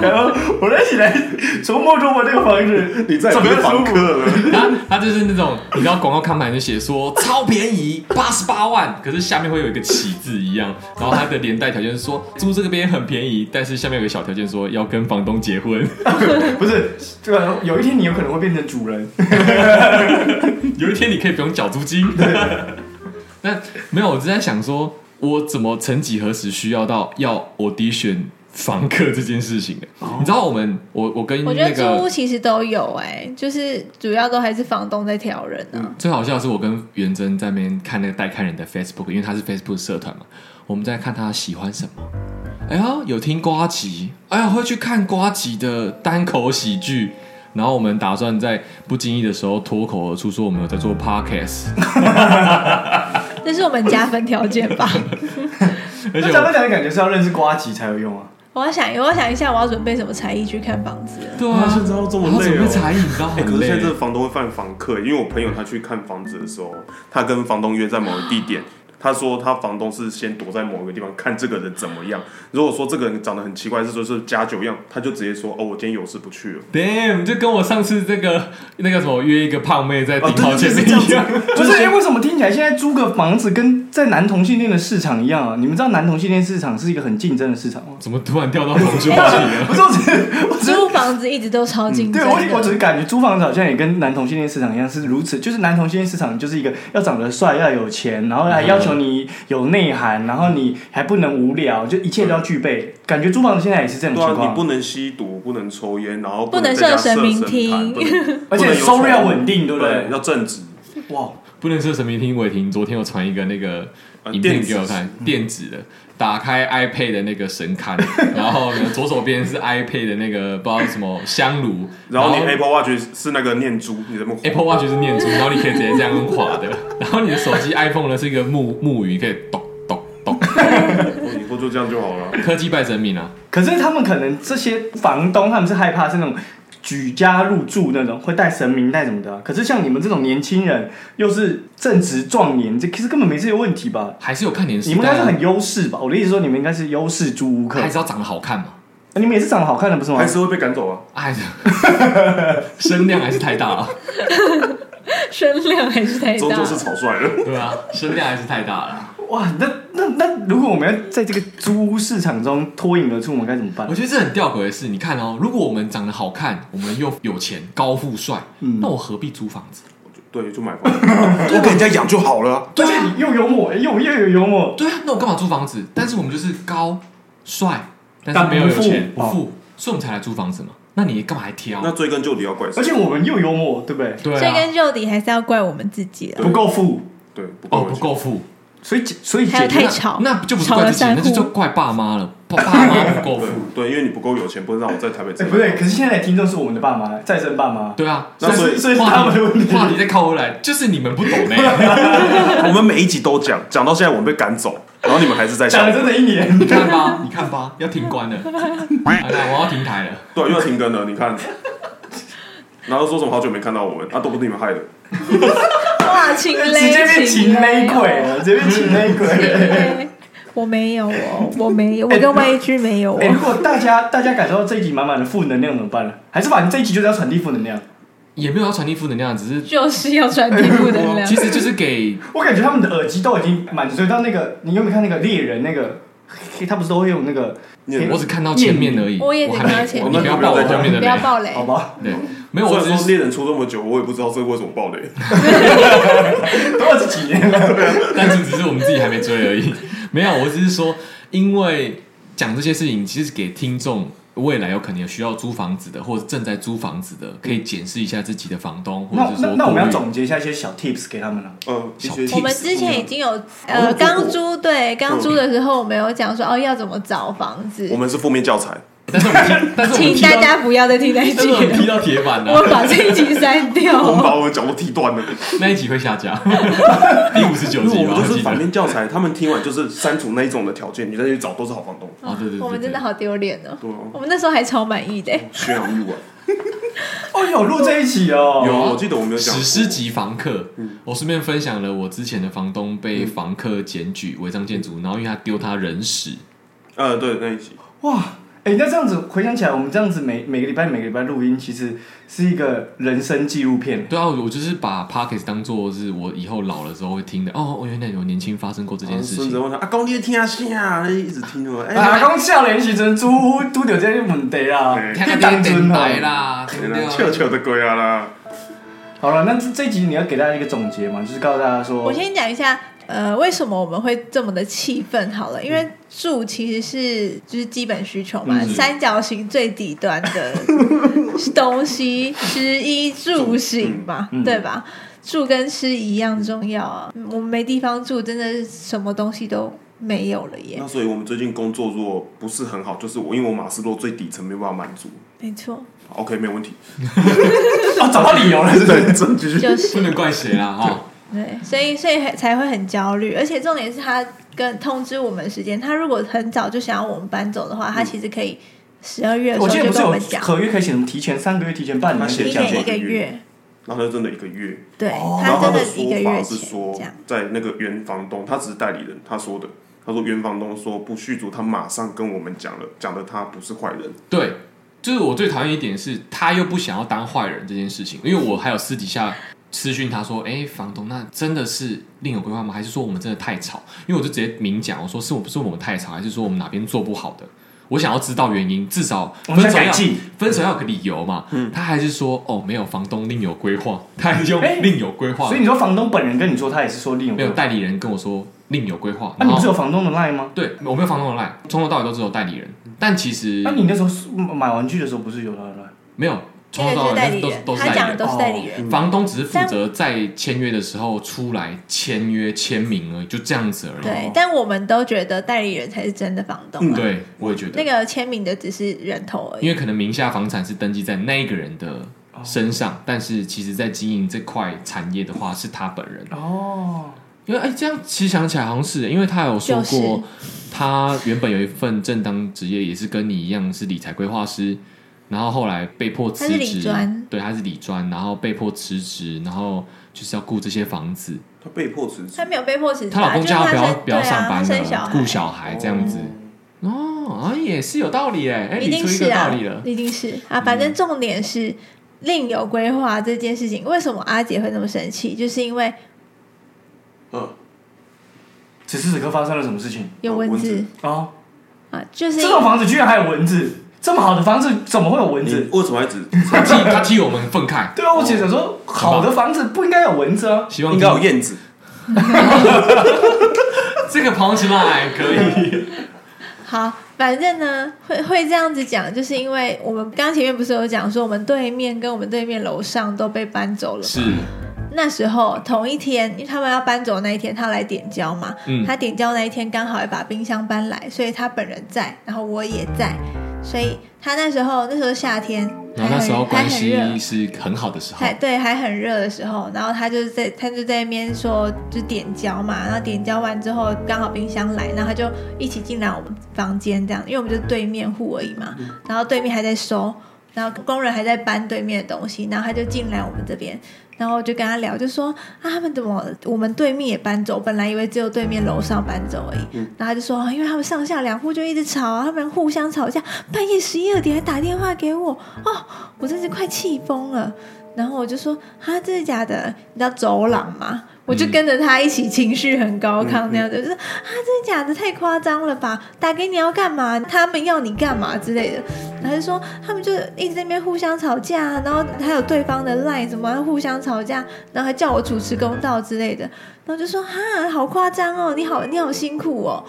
Speaker 5: 然后我再起来琢磨琢磨这个房子，
Speaker 2: 你再也
Speaker 5: 怎
Speaker 2: 不
Speaker 5: 么
Speaker 2: 是房
Speaker 5: 舒服？
Speaker 2: 客了，
Speaker 3: 他他就是那种，你知道广告看板就写说超便宜，八十八万，可是下面会有一个起字一样，然后他的连带条件是说租这个边很便宜，但是下面有个小条件说要跟房东结婚，
Speaker 5: 不是，这个有一天你有可能会变成主人，
Speaker 3: 有一天你可以不用缴租金。 那没有，我是在想说，我怎么曾几何时需要到要 audition 房客这件事情的？你知道我们，我我跟
Speaker 4: 我觉
Speaker 3: 那
Speaker 4: 得
Speaker 3: 个
Speaker 4: 租屋其实都有哎、就是主要都还是房东在挑人啊。
Speaker 3: 最好笑的是我跟元真在那边看那个带看人的 Facebook，因为他是 Facebook 社团嘛，我们在看他喜欢什么。哎呀，有听瓜吉，哎呀，会去看瓜吉的单口喜剧。然后我们打算在不经意的时候脱口而出说我们有在做 podcast，
Speaker 4: 这是我们加分条件吧？
Speaker 3: 而且
Speaker 5: 那咱们
Speaker 3: 我
Speaker 5: 两个感觉是要认识瓜吉才有用啊。
Speaker 4: 我要想，我要想一下，我要准备什么才艺去看房子了。
Speaker 3: 对啊，
Speaker 2: 哇现在要这么
Speaker 3: 然后
Speaker 2: 累
Speaker 3: 准备
Speaker 2: 哦
Speaker 3: 才艺，你知道
Speaker 2: 哎、可
Speaker 3: 很
Speaker 2: 是
Speaker 3: 累。
Speaker 2: 现在这个房东会犯房客，因为我朋友他去看房子的时候，他跟房东约在某个地点，他说他房东是先躲在某个地方看这个人怎么样。如果说这个人长得很奇怪，是说是假酒样，他就直接说哦，我今天有事不去 了。
Speaker 3: Damn，就跟我上次这个那个什么约一个胖妹
Speaker 2: 哦
Speaker 3: 在顶好前 面一样，
Speaker 5: 不是，哎，为什么听起来现在租个房子跟在男同性恋的市场一样啊？你们知道男同性恋市场是一个很竞争的市场吗？
Speaker 3: 怎么突然掉到同 性话题了？
Speaker 5: 不 是，我只是我只是
Speaker 4: 租房子一直都超竞
Speaker 5: 嗯
Speaker 4: 争
Speaker 5: 对
Speaker 4: 的、
Speaker 5: 我，我只是感觉租房子好像也跟男同性恋市场一样是如此，就是男同性恋市场就是一个要长得帅、要有钱，然后还要求你有内涵，然后你还不能无聊，就一切都要具备。感觉租房子现在也是这种
Speaker 2: 对
Speaker 5: 情
Speaker 2: 啊，你
Speaker 5: 况，
Speaker 2: 不能吸毒，不能抽烟，然后
Speaker 4: 不能
Speaker 2: 能在家
Speaker 4: 设
Speaker 2: 设
Speaker 4: 神明
Speaker 2: 坛
Speaker 4: 厅
Speaker 2: 不 能
Speaker 5: 而且
Speaker 2: 不能有
Speaker 5: 收入
Speaker 2: 钱
Speaker 5: 要稳定，对不对
Speaker 2: 对，？要正直。
Speaker 5: 哇，
Speaker 3: 不能设神明听，伟霆昨天有传一个那个
Speaker 2: 呃
Speaker 3: 影片
Speaker 2: 电子
Speaker 3: 给我看，电子的，打开 iPad 的那个神龛，然后呢左手边是 iPad 的那个不知道什么香炉，
Speaker 2: 然后你 Apple Watch 是那个念珠，你怎么哦
Speaker 3: Apple Watch 是念珠，然后你可以直接这样用滑的，然后你的手机 iPhone 呢是一个木木鱼，可以咚咚咚，
Speaker 2: 以后就这样就好了。
Speaker 3: 科技拜神明啊，
Speaker 5: 可是他们可能这些房东他们是害怕是那种举家入住那种会带神明带什么的啊、可是像你们这种年轻人又是正值壮年，这其实根本没这些问题吧？
Speaker 3: 还是有看脸
Speaker 5: 你
Speaker 3: 时
Speaker 5: 们应该
Speaker 3: 代、
Speaker 5: 是
Speaker 3: 啊
Speaker 5: 很，优势吧？我的意思说你们应该是优势租屋客，啊
Speaker 3: 还是要长得好看嘛，
Speaker 5: 你们也是长得好看的不是吗
Speaker 2: 还？是会被赶走啊？
Speaker 3: 哎呀， 声量还是太大了，
Speaker 4: 声量还是太
Speaker 2: 终
Speaker 4: 哎大
Speaker 2: 究。是草率 了。
Speaker 3: 对啊，声量还是太大了。
Speaker 5: 哇，那那那如果我们要在这个租屋市场中脱颖而出，我们该怎么办
Speaker 3: 我？觉得这很吊诡的是，你看哦，如果我们长得好看，我们又有钱、高富帅，那我何必租房子？
Speaker 2: 对，就买房，我给人家养就好了啊。
Speaker 5: 而且你又幽默，哎又又有幽默，
Speaker 3: 对啊，那我干嘛租房子？但是我们就是高帅，但
Speaker 5: 但
Speaker 3: 是没有
Speaker 5: 不
Speaker 3: 有
Speaker 5: 富
Speaker 3: 钱不
Speaker 5: 哦
Speaker 3: 富，所以我们才来租房子嘛。那你干嘛还挑？
Speaker 2: 那追根究底要怪谁？
Speaker 5: 而且我们又幽默，对不对？
Speaker 3: 对
Speaker 4: 追
Speaker 3: 啊，
Speaker 4: 根究底还是要怪我们自己了。
Speaker 5: 不够富，
Speaker 2: 对，不
Speaker 3: 哦
Speaker 2: 够
Speaker 3: 不够富，
Speaker 5: 所以解所以
Speaker 4: 还
Speaker 5: 解
Speaker 4: 有
Speaker 5: 决
Speaker 4: 太
Speaker 3: 那
Speaker 4: 吵，
Speaker 3: 那就不是
Speaker 4: 吵
Speaker 3: 怪
Speaker 4: 了
Speaker 3: 自己，
Speaker 4: 三
Speaker 3: 那就
Speaker 4: 户
Speaker 3: 就。怪爸妈了。爸爸妈不够
Speaker 2: 有
Speaker 3: 富
Speaker 2: 钱，，对，因为你不够有钱，不能让我在台北
Speaker 5: 哎
Speaker 2: 生活。
Speaker 5: 不对，可是现在的听众是我们的爸妈，再生爸妈，
Speaker 3: 对啊，
Speaker 2: 那所以
Speaker 5: 所以是
Speaker 3: 话
Speaker 5: 他们的问题
Speaker 3: 话题在靠回来，就是你们不懂呢。
Speaker 2: 我们每一集都讲，讲到现在我们被赶走，然后你们还是在
Speaker 5: 讲
Speaker 2: 笑
Speaker 5: 了， 真的一年，
Speaker 3: 你看吧，你看吧，要停关了，啊那我要停台了。
Speaker 2: 对，又要停更了，你看。然后说什么好久没看到我们，啊，都不是你们害的。
Speaker 4: 哇，情
Speaker 5: 哎直
Speaker 4: 勒，
Speaker 5: 接变
Speaker 4: 情
Speaker 5: 情内
Speaker 4: 勒
Speaker 5: 鬼了，直接变情内 鬼。
Speaker 4: 对 我没有哦，我没有，我
Speaker 5: 哎
Speaker 4: 跟 YG 没有
Speaker 5: 哎，如
Speaker 4: 哦。
Speaker 5: 果大家大家感受到这一集满满的负能量怎么办呢？还是把你这一集就是要传递负能量？
Speaker 3: 也没有要传递负能量，只 是
Speaker 4: 就是要传递负能 量
Speaker 3: 其，实就是给
Speaker 5: 我感觉他们的耳机都已经满足到那个，你有没有看那个猎人那个？嘿他不是都会用那个，
Speaker 2: 你
Speaker 3: 我只看到前面而已，
Speaker 4: 我也只
Speaker 3: 还没
Speaker 4: 看到前面
Speaker 3: 你不要爆我后面的
Speaker 4: 不要
Speaker 3: 雷。
Speaker 4: 暴雷
Speaker 5: 好。 吧？
Speaker 3: 对，没有，
Speaker 2: 虽
Speaker 3: 我只
Speaker 2: 然说
Speaker 3: 是
Speaker 2: 猎人出这么久，我也不知道这为什么爆雷。
Speaker 5: 都二十几年了，
Speaker 3: 单纯只是我们自己还没追而已。 没有，我只是说，因为讲这些事情，其实给听众未来有可能有需要租房子的，或者正在租房子的，可以检视一下自己的房东，或
Speaker 5: 那
Speaker 3: 者是
Speaker 5: 那
Speaker 3: 说
Speaker 5: 那我们要
Speaker 3: 顾虑
Speaker 5: 总结一下一些小 tips 给他们啊了。
Speaker 2: 嗯，一些
Speaker 3: 小
Speaker 4: 我们之前已经有
Speaker 2: 我
Speaker 4: 呃
Speaker 2: 们做过
Speaker 4: 刚租对刚租的时候，我们有讲说哦要怎么找房子
Speaker 2: 我，们是负面教材，
Speaker 3: 但是我们踢，但是我们
Speaker 4: 请
Speaker 3: 踢
Speaker 4: 大
Speaker 3: 到，
Speaker 4: 家不要再听那一
Speaker 3: 但
Speaker 4: 集
Speaker 3: 是我们踢
Speaker 4: 了，
Speaker 3: 到铁板啊
Speaker 4: 我
Speaker 3: 了，
Speaker 4: 把这一集删
Speaker 2: 我们
Speaker 4: 掉。
Speaker 2: 把我们角落踢断了。
Speaker 3: 那一集会下架， 第五十九
Speaker 2: 因为
Speaker 3: 集
Speaker 2: 我
Speaker 3: 吧，
Speaker 2: 们就
Speaker 3: 我
Speaker 2: 是
Speaker 3: 记得
Speaker 2: 反面教材，他们听完就是删除那一种的条件，你再去找都是好房 东。
Speaker 3: 哦，对对对，
Speaker 4: 我们真的
Speaker 3: 对
Speaker 4: 好丢脸哦
Speaker 2: 对啊！
Speaker 4: 我们那时候还超满意的，
Speaker 2: 宣扬欲望
Speaker 5: 哦，有录这一集哦，
Speaker 2: 有啊，我记得我们有讲
Speaker 3: 史
Speaker 2: 过嗯
Speaker 3: 诗级房客，我顺便分享了我之前的房东被房客检举违章建筑，
Speaker 2: 嗯
Speaker 3: 然后因为他丢他人屎，
Speaker 2: 呃，对那一集，
Speaker 5: 哇，哎、那这样子回想起来，我们这样子每每个礼拜每个礼拜录音，其实是一个人生纪录片。
Speaker 3: 对啊，我我就是把 Pockets 当做是我以后老的时候会听的。哦，我原来有年轻发生过这件事
Speaker 2: 孙
Speaker 3: 情
Speaker 2: 子。问他啊，公爹听啊信啊，一直听着，哎，
Speaker 5: 啊，讲少年时阵拄拄着这些问题 啦，
Speaker 3: 听个
Speaker 5: 你当真
Speaker 3: 电台
Speaker 5: 哦。
Speaker 3: 啦，对不
Speaker 2: 笑
Speaker 3: 对？
Speaker 2: 笑的鬼啊啦，
Speaker 5: 好了，那这这一集你要给大家一个总结嘛，就是告诉大家说，
Speaker 4: 我先讲一下，呃，为什么我们会这么的气愤好了？因
Speaker 5: 嗯
Speaker 4: 为住其实是就是基本需求嘛，三角形最底端 的东西，吃衣住行嘛，
Speaker 5: 嗯嗯
Speaker 4: 对吧？住跟吃一样重要啊！嗯我们没地方住，真的什么东西都没有了耶
Speaker 5: 嗯
Speaker 2: 那。所以我们最近工作如果不是很好，就是我因为我马斯洛最底层没有办法满足
Speaker 4: 没错，
Speaker 2: ，OK 没有问题，
Speaker 5: 哦找到理由了，是不是？
Speaker 2: 认真继 续。
Speaker 4: 就
Speaker 3: 不
Speaker 4: 是
Speaker 3: 能怪谁啦哈。
Speaker 4: 对，所以所以很才会很焦虑，而且重点是他跟通知我们时间，他如果很早就想要我们搬走的话，他其实可以十二月的
Speaker 5: 嗯 我
Speaker 4: 时
Speaker 5: 记
Speaker 4: 候
Speaker 5: 得
Speaker 4: 就
Speaker 5: 不是
Speaker 4: 跟我们
Speaker 5: 有
Speaker 4: 讲，嗯
Speaker 5: 合约可以写什么提前三个月、提前半年
Speaker 2: 他写
Speaker 5: 这
Speaker 4: 一
Speaker 5: 样
Speaker 4: 个
Speaker 5: 子
Speaker 4: 一个月，
Speaker 2: 然后他真的一个月，
Speaker 4: 对
Speaker 2: 哦然
Speaker 4: 他
Speaker 2: 后
Speaker 4: 真
Speaker 2: 他的
Speaker 4: 一个
Speaker 2: 说法
Speaker 4: 月
Speaker 2: 是
Speaker 4: 前
Speaker 2: 说
Speaker 4: 这样，，
Speaker 2: 在那个原房东，他只是代理人，他说的。他说原房东说不续租，他马上跟我们讲了，讲的他不是坏人，
Speaker 3: 对，就是我最讨厌一点是，他又不想要当坏人这件事情，因为我还有私底下私讯他说，哎、房东，那真的是另有规划吗？还是说我们真的太吵？因为我就直接明讲，我说是我不是我们太吵，还是说我们哪边做不好的？我想要知道原因，至少
Speaker 5: 我
Speaker 3: 分
Speaker 5: 们想
Speaker 3: 手
Speaker 5: 改
Speaker 3: 要
Speaker 5: 进。
Speaker 3: 分手要有个理由嘛。
Speaker 4: 嗯
Speaker 3: 他还是说哦，没有房东另有规划，他还是用
Speaker 5: 哎
Speaker 3: 另有规划，
Speaker 5: 所以你说房东本人跟你说，他也是说另有啊
Speaker 3: 没有代理人跟我说另有规划。
Speaker 5: 那、你不
Speaker 3: 然后
Speaker 5: 是有房东的 line 吗？
Speaker 3: 对，我没有房东的 line，从头到尾都只有代理人，但其实
Speaker 5: 那、你那时候是买玩具的时候不是有他的 line？
Speaker 3: 没有。
Speaker 4: 这
Speaker 3: 从
Speaker 4: 个
Speaker 3: 头到
Speaker 4: 就
Speaker 3: 尾
Speaker 4: 是
Speaker 3: 都
Speaker 4: 代
Speaker 3: 是
Speaker 4: 理
Speaker 3: 都是
Speaker 4: 人，
Speaker 3: 都是
Speaker 4: 他
Speaker 3: 代理
Speaker 4: 讲
Speaker 3: 人
Speaker 4: 的，都是代理
Speaker 2: 哦
Speaker 4: 人。
Speaker 3: 房东只是负责在签约的时候出来签约签名而已，就这样子而已。
Speaker 2: 嗯
Speaker 4: 对，但我们都觉得代理人才是真的房东
Speaker 3: 嗯
Speaker 4: 啊，
Speaker 3: 对，我也觉得，
Speaker 4: 那个签名的只是人头而已
Speaker 3: 因。为可能名下房产是登记在那一个人的身上，但是其实在经营这块产业的话，是他本人。
Speaker 5: 哦，
Speaker 3: 因为哎，这样其实想起来好像是，因为他有说
Speaker 4: 就是
Speaker 3: 过，他原本有一份正当职业，也是跟你一样是理财规划师，然后后来被迫辞
Speaker 4: 他是理
Speaker 3: 职
Speaker 4: 专，
Speaker 3: 对，他是理专，然后被迫辞职，然后就是要顾这些房子。
Speaker 2: 他被迫辞职
Speaker 4: 她。没有被迫辞职
Speaker 3: 她
Speaker 4: 啊，
Speaker 3: 老公叫她不
Speaker 4: 就是
Speaker 3: 要
Speaker 4: 生
Speaker 3: 不要
Speaker 4: 对啊
Speaker 3: 上班
Speaker 4: 她生
Speaker 3: 了，顾
Speaker 4: 小
Speaker 3: 小孩这样子。哦，啊也是有道理哎，哎，
Speaker 4: 一
Speaker 3: 理
Speaker 4: 定
Speaker 3: 出一
Speaker 4: 是
Speaker 3: 个道
Speaker 4: 啊
Speaker 3: 理了，。嗯
Speaker 4: 一定是啊。反正重点是另有规划这件事情，为什么阿姐会那么生气？就是因为
Speaker 2: 嗯，
Speaker 5: 此时此刻发生了什么事情？
Speaker 4: 有
Speaker 2: 哦蚊
Speaker 4: 蚊
Speaker 2: 子
Speaker 4: 子
Speaker 5: 哦，
Speaker 4: 啊，就是
Speaker 5: 这栋房子居然还有蚊子，这么好的房子怎么会有蚊
Speaker 2: 你
Speaker 5: 子？
Speaker 2: 为什么要一直？
Speaker 3: 他替他替我们愤慨，
Speaker 5: 对啊，我只想说，好的房子不应该有蚊子啊。
Speaker 3: 希望
Speaker 2: 应该有燕子，
Speaker 3: 这个跑起来可 以。
Speaker 4: 好，反正呢，会会这样子讲，就是因为我们刚前面不是有讲说，我们对面跟我们对面楼上都被搬走了嘛。
Speaker 3: 是，
Speaker 4: 那时候同一天，因为他们要搬走那一天，他来点交嘛。
Speaker 3: 嗯
Speaker 4: 他点交那一天刚好也把冰箱搬来，所以他本人在，然后我也在，所以他那时候那时候夏天，
Speaker 3: 然后那时候
Speaker 4: 还很
Speaker 3: 关
Speaker 4: 还很
Speaker 3: 系
Speaker 4: 热
Speaker 3: 是很好的时候
Speaker 4: 还，对还很热的时候，然后他就是在他就在那边说就点胶嘛，然后点胶完之后刚好冰箱来，然后他就一起进来我们房间这样，因为我们就对面户而已嘛，
Speaker 3: 嗯
Speaker 4: 然后对面还在收，然后工人还在搬对面的东西，然后他就进来我们这边。然后我就跟他聊，就说啊，他们怎么我们对面也搬走？本来以为只有对面楼上搬走而已。然后他就说，哦因为他们上下两户就一直吵啊，他们互相吵架，半夜十一二点还打电话给我，哦，我真是快气疯了。然后我就说啊，真的假的？你知道走廊吗？我就跟着他一起，情绪很高亢那样的，就是啊，真的假的？太夸张了吧！打给你要干嘛？他们要你干嘛之类的。然后就说他们就一直在那边互相吵架啊，然后还有对方的 line 什么互相吵架，然后还叫我主持公道之类的。然后就说啊，好夸张哦，你好，你好辛苦哦。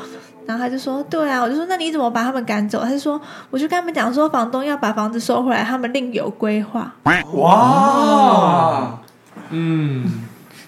Speaker 4: 然后他就说：“对啊。”我就说：“那你怎么把他们赶走？”他就说：“我就跟他们讲说，房东要把房子收回来，他们另有规划。”
Speaker 5: 哇！
Speaker 3: 哦嗯，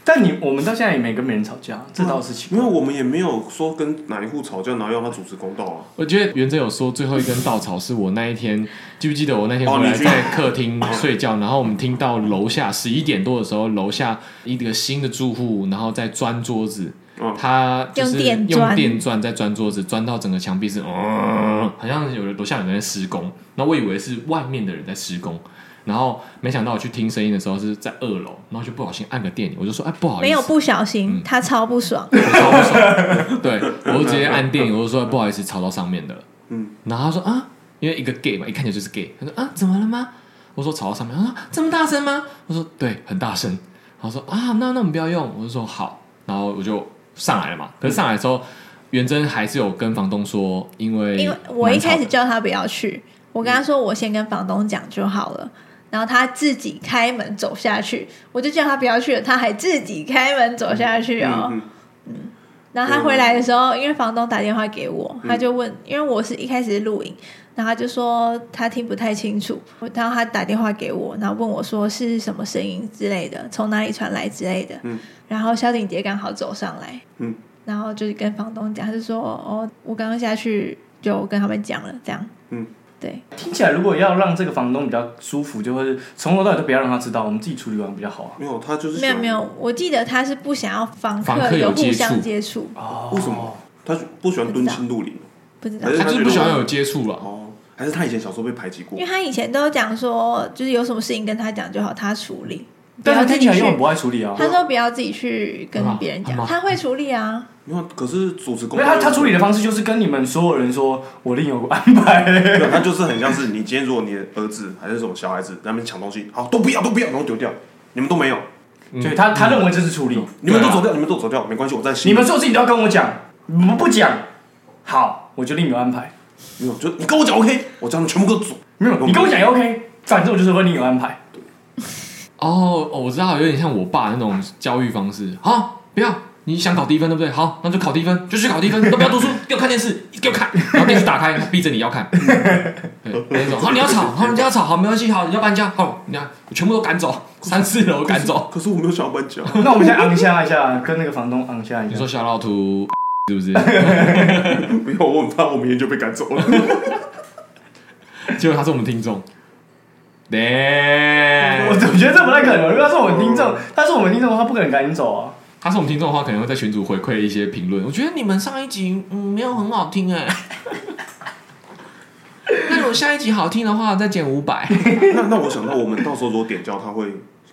Speaker 5: 但你我们到现在也没跟别人吵架，这倒是奇
Speaker 2: 因
Speaker 5: 怪
Speaker 2: 为。我们也没有说跟哪一户吵架，然后要他主持公道啊。
Speaker 3: 我觉得元真有说最后一根稻草是我那一天，记不记得我那天
Speaker 2: 哦
Speaker 3: 回来
Speaker 2: 你去
Speaker 3: 在客厅睡觉，然后我们听到楼下十一点多的时候，楼下一个新的住户，然后在钻桌子，
Speaker 2: 嗯
Speaker 3: 他就是
Speaker 4: 用电钻
Speaker 3: 用电钻在钻桌子，钻到整个墙壁是，嗯，好像有人楼下有人在施工，那我以为是外面的人在施工。然后没想到我去听声音的时候是在二楼，然后就不小心按个电铃，我就说哎不好意思，
Speaker 4: 没有不小心，他超不爽。
Speaker 3: 超不爽。对，我就直接按电影，我就说不好意思，吵到上面的了。嗯
Speaker 2: 嗯，
Speaker 3: 然后他说啊，因为一个 gay 嘛，一看起来就是 gay，他说啊，怎么了吗？我说吵到上面，他说这么大声吗？我说对，很大声。他说啊，那那我们不要用。我就说好，然后我就上来了嘛。可是上来的时候，元真还是有跟房东说，因为
Speaker 4: 因为我一开
Speaker 3: 蛮
Speaker 4: 始
Speaker 3: 吵的
Speaker 4: 叫他不要去，我跟他说我先跟房东讲就好了。然后他自己开门走下去，我就叫他不要去了，他还自己开门走下去哦。
Speaker 2: 嗯
Speaker 4: 然后他回来的时候，因为房东打电话给我，他就问，因为我是一开始是录影，然后他就说他听不太清楚，然后他打电话给我，然后问我说是什么声音之类的，从哪里传来之类的。
Speaker 2: 嗯
Speaker 4: 然后萧鼎杰刚好走上来，
Speaker 2: 嗯
Speaker 4: 然后就是跟房东讲，他就说哦，我刚刚下去就跟他们讲了，这样，
Speaker 2: 嗯，
Speaker 4: 对，
Speaker 5: 听起来如果要让这个房东比较舒服，就会从头到尾都不要让他知道，我们自己处理完比较好啊。
Speaker 2: 没有，他就是
Speaker 4: 没
Speaker 2: 喜
Speaker 4: 有
Speaker 2: 欢
Speaker 4: 没有，我记得他是不想要房
Speaker 3: 房客有
Speaker 4: 有
Speaker 3: 接
Speaker 4: 互相
Speaker 3: 触
Speaker 4: 接触，
Speaker 5: 哦
Speaker 2: 为什么？他不喜欢蹲亲入邻
Speaker 4: 不知道
Speaker 2: 还。
Speaker 3: 他就是不喜欢有接触了。
Speaker 2: 哦，还是他以前小时候被排挤过
Speaker 4: 因为？他以前都讲说，就是有什么事情跟他讲就好，他处理。
Speaker 5: 但
Speaker 4: 不
Speaker 5: 他
Speaker 4: 要自
Speaker 5: 听
Speaker 4: 己
Speaker 5: 起来
Speaker 4: 去
Speaker 5: 又很不爱处理啊。
Speaker 4: 他说不要自己去跟别人
Speaker 3: 干嘛
Speaker 4: 讲，
Speaker 3: 干嘛
Speaker 4: 他会处理啊。
Speaker 2: 没有，可是主持公
Speaker 5: 因为
Speaker 2: 道，
Speaker 5: 他他处理的方式就是跟你们所有人说，我另有安排。
Speaker 2: 没有，他就是很像是你今天如果你的儿子还是什么小孩子在那边抢东西，好都不要都不要，然后丢掉，你们都没有，
Speaker 5: 对啊他他认为这是处理，
Speaker 2: 你们都走掉，你们都走掉，没关系，我在洗
Speaker 5: 你们所有事情都要跟我讲，你们不讲，好，我就另有安排。
Speaker 2: 没有，就你跟我讲 OK，我叫他们全部都走，
Speaker 5: 没有，你跟我讲也 OK，反正我就是会另有安 排。
Speaker 3: 哦哦，我知道，有点像我爸那种教育方式。好，不要，你想考低分对不对？好，那就考低分，就去考低分，都不要读书，给我看电视，给我看，然后电视打开，逼着你要看。对，那种好，你要吵，好，你要吵，好，没关系，好，你要搬家，好，你看，我全部都赶走，三四楼赶 走。
Speaker 2: 可是我没有想要 搬家，
Speaker 5: 那我们现在昂下一下，跟那个房东昂下一
Speaker 3: 你
Speaker 5: 下
Speaker 3: 说。小老图是不是？
Speaker 2: 没有，我很怕我明天就被赶 走了。
Speaker 3: 结果他是我们听众。对
Speaker 5: 我，总觉得这不太可能。如果他是我们听众，他是我们听众，他不可能赶你走啊。
Speaker 3: 他是我们听众的话，可能会在群组回馈一些评论。我觉得你们上一集嗯没有很好听哎、 那如果下一集好听的话，再减五百。
Speaker 2: 那那我想到我们到时候如果点交，他会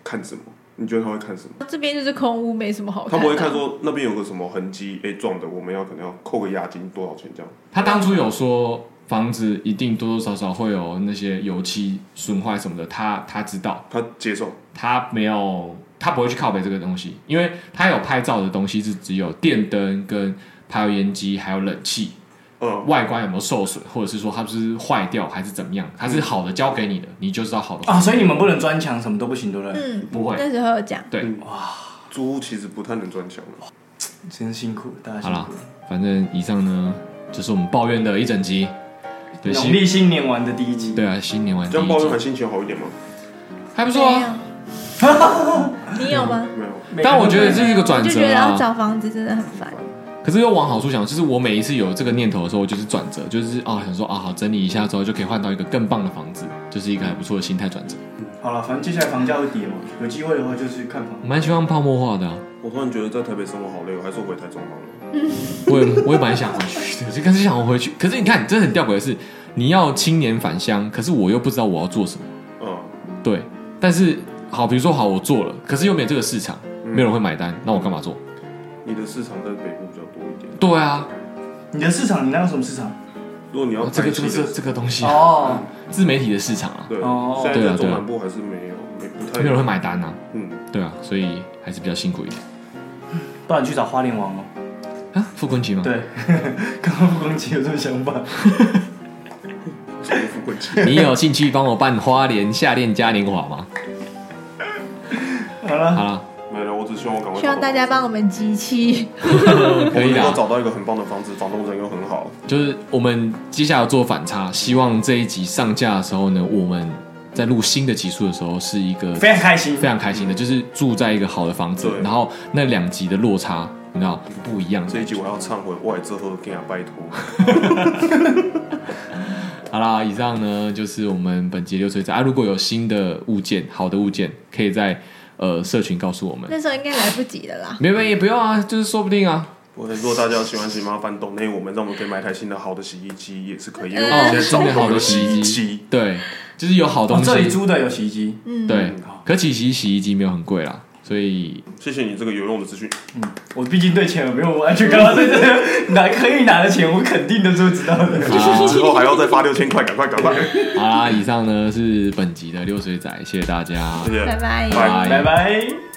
Speaker 2: 看什么？你觉得他会看什么？
Speaker 4: 这边就是空屋，没什么好
Speaker 2: 他
Speaker 4: 看
Speaker 2: 不
Speaker 4: 的。
Speaker 2: 会看说那边有个什么痕迹，哎、撞的，我们要可能要扣个押金多少钱这样。
Speaker 3: 他当初有说房子一定多多少少会有那些油漆损坏什么的，他他知道，
Speaker 2: 他接受，
Speaker 3: 他没有，他不会去靠北这个东西，因为他有拍照的东西是只有电灯跟排油烟机还有冷气，
Speaker 2: 嗯
Speaker 3: 外观有没有受损，或者是说它是不是坏掉还是怎么样，它是好的交给你的，你就知道好的
Speaker 5: 啊，所以你们不能钻墙，什么都不行，对不对？
Speaker 4: 嗯，
Speaker 3: 不会
Speaker 4: 那时候有讲，
Speaker 3: 对，
Speaker 2: 租屋其实不太能赚钱了。
Speaker 5: 真辛苦，大家
Speaker 3: 好
Speaker 5: 辛
Speaker 3: 啦
Speaker 5: 苦。，
Speaker 3: 反正以上呢就是我们抱怨的一整集，对，
Speaker 5: 农
Speaker 3: 新
Speaker 5: 历新年玩的第一集，
Speaker 3: 对啊，新年完第
Speaker 2: 这
Speaker 3: 一
Speaker 2: 样抱怨完
Speaker 3: 集
Speaker 2: 心情好一点吗？
Speaker 3: 还不
Speaker 4: 没
Speaker 3: 错啊，
Speaker 4: 有，你有吗？
Speaker 2: 没有，
Speaker 3: 但我觉得这是一个转
Speaker 4: 就觉
Speaker 3: 折
Speaker 4: 得要
Speaker 3: 啊。
Speaker 4: 找房子真的很烦，
Speaker 3: 可是又往好处想，就是我每一次有这个念头的时候，我就是转折，就是哦想说啊好整理一下之后就可以换到一个更棒的房子，就是一个还不错的心态转折。
Speaker 5: 好了，反正接下来房价会跌嘛，有机会的话就去看房。
Speaker 3: 我蛮喜欢泡沫化的、啊，
Speaker 2: 我突然觉得在台北生活好累，我还是回台中好了。
Speaker 3: 我也 我也蛮想回去的，就更是想回去。可是你看，真的很吊诡的是，你要青年返乡，可是我又不知道我要做什么。
Speaker 2: 嗯，
Speaker 3: 对，但是好，比如说好，我做了，可是又没有这个市场，
Speaker 2: 嗯
Speaker 3: 没有人会买单，那我干嘛做？
Speaker 2: 你的市场在北部比较多一点。
Speaker 3: 对啊，
Speaker 5: 你的市场，你那有什么市场？
Speaker 2: 如果你要
Speaker 3: 哦这
Speaker 2: 开
Speaker 3: 个
Speaker 2: 启
Speaker 3: 这个这
Speaker 2: 的
Speaker 3: 个这个东西，
Speaker 5: 哦，
Speaker 3: 自媒体的市场啊，
Speaker 2: 对
Speaker 5: 哦，
Speaker 2: 现
Speaker 3: 对啊
Speaker 2: 在在
Speaker 3: 对
Speaker 2: 中
Speaker 3: 啊
Speaker 2: 南部还是没有，没不太
Speaker 3: 没有人会。买单啊，
Speaker 2: 嗯，
Speaker 3: 对啊，所以还是比较辛苦一点
Speaker 5: 不然去找花莲王哦。
Speaker 3: 啊。傅昆奇吗？，
Speaker 5: 对， 刚刚不光姐有这种想法，
Speaker 2: 什么富贵街？
Speaker 3: 你有兴趣帮我办花莲夏恋嘉年华吗？
Speaker 5: 好了，
Speaker 3: 好了，
Speaker 2: 没有，我只希望我赶快。
Speaker 4: 希望大家帮我们集气。
Speaker 3: 可以啊
Speaker 2: 能
Speaker 3: 啦
Speaker 2: 够。找到一个很棒的房子，房东人又很好。
Speaker 3: 就是我们接下来要做反差，希望这一集上架的时候呢，我们在录新的集数的时候是一个
Speaker 5: 非常开心
Speaker 3: 非。常开心的，就是住在一个好的房子，
Speaker 2: 对
Speaker 3: 然后那两集的落差，你知道不一样。
Speaker 2: 这一集我要忏悔，我也之后跟他拜托。
Speaker 3: 好啦，以上呢就是我们本集流水仔啊，如果有新的物件、好的物件，可以在呃社群告诉我们。
Speaker 4: 那时候应该来不及了啦。
Speaker 3: 没有没有也不用啊，就是说不定啊。
Speaker 2: 我如果大家喜欢洗，麻烦懂内我们，让我们可以买台新的好的洗衣机也是可以，因为我
Speaker 3: 哦
Speaker 2: 们，现在
Speaker 3: 新
Speaker 2: 找
Speaker 3: 的
Speaker 2: 不
Speaker 3: 好
Speaker 2: 到
Speaker 3: 的
Speaker 2: 有
Speaker 3: 洗
Speaker 2: 衣
Speaker 3: 衣
Speaker 2: 机
Speaker 3: 机，，对，就是有好
Speaker 5: 哦
Speaker 3: 东，西。
Speaker 5: 这里租的有洗衣机，
Speaker 3: 对，可其实洗衣机没有很贵啦，所以
Speaker 2: 谢谢你这个有用的资讯。
Speaker 5: 我毕竟对钱有没有完全刚刚对这个 拿可以拿的钱，我肯定都是知道 的。
Speaker 3: 哎
Speaker 2: 之后还要再发六千块，赶快赶快！谢
Speaker 3: 好啦，以上呢是本集的流水仔，谢谢大家。
Speaker 2: 谢，
Speaker 4: 拜拜。
Speaker 2: 拜
Speaker 5: 拜拜。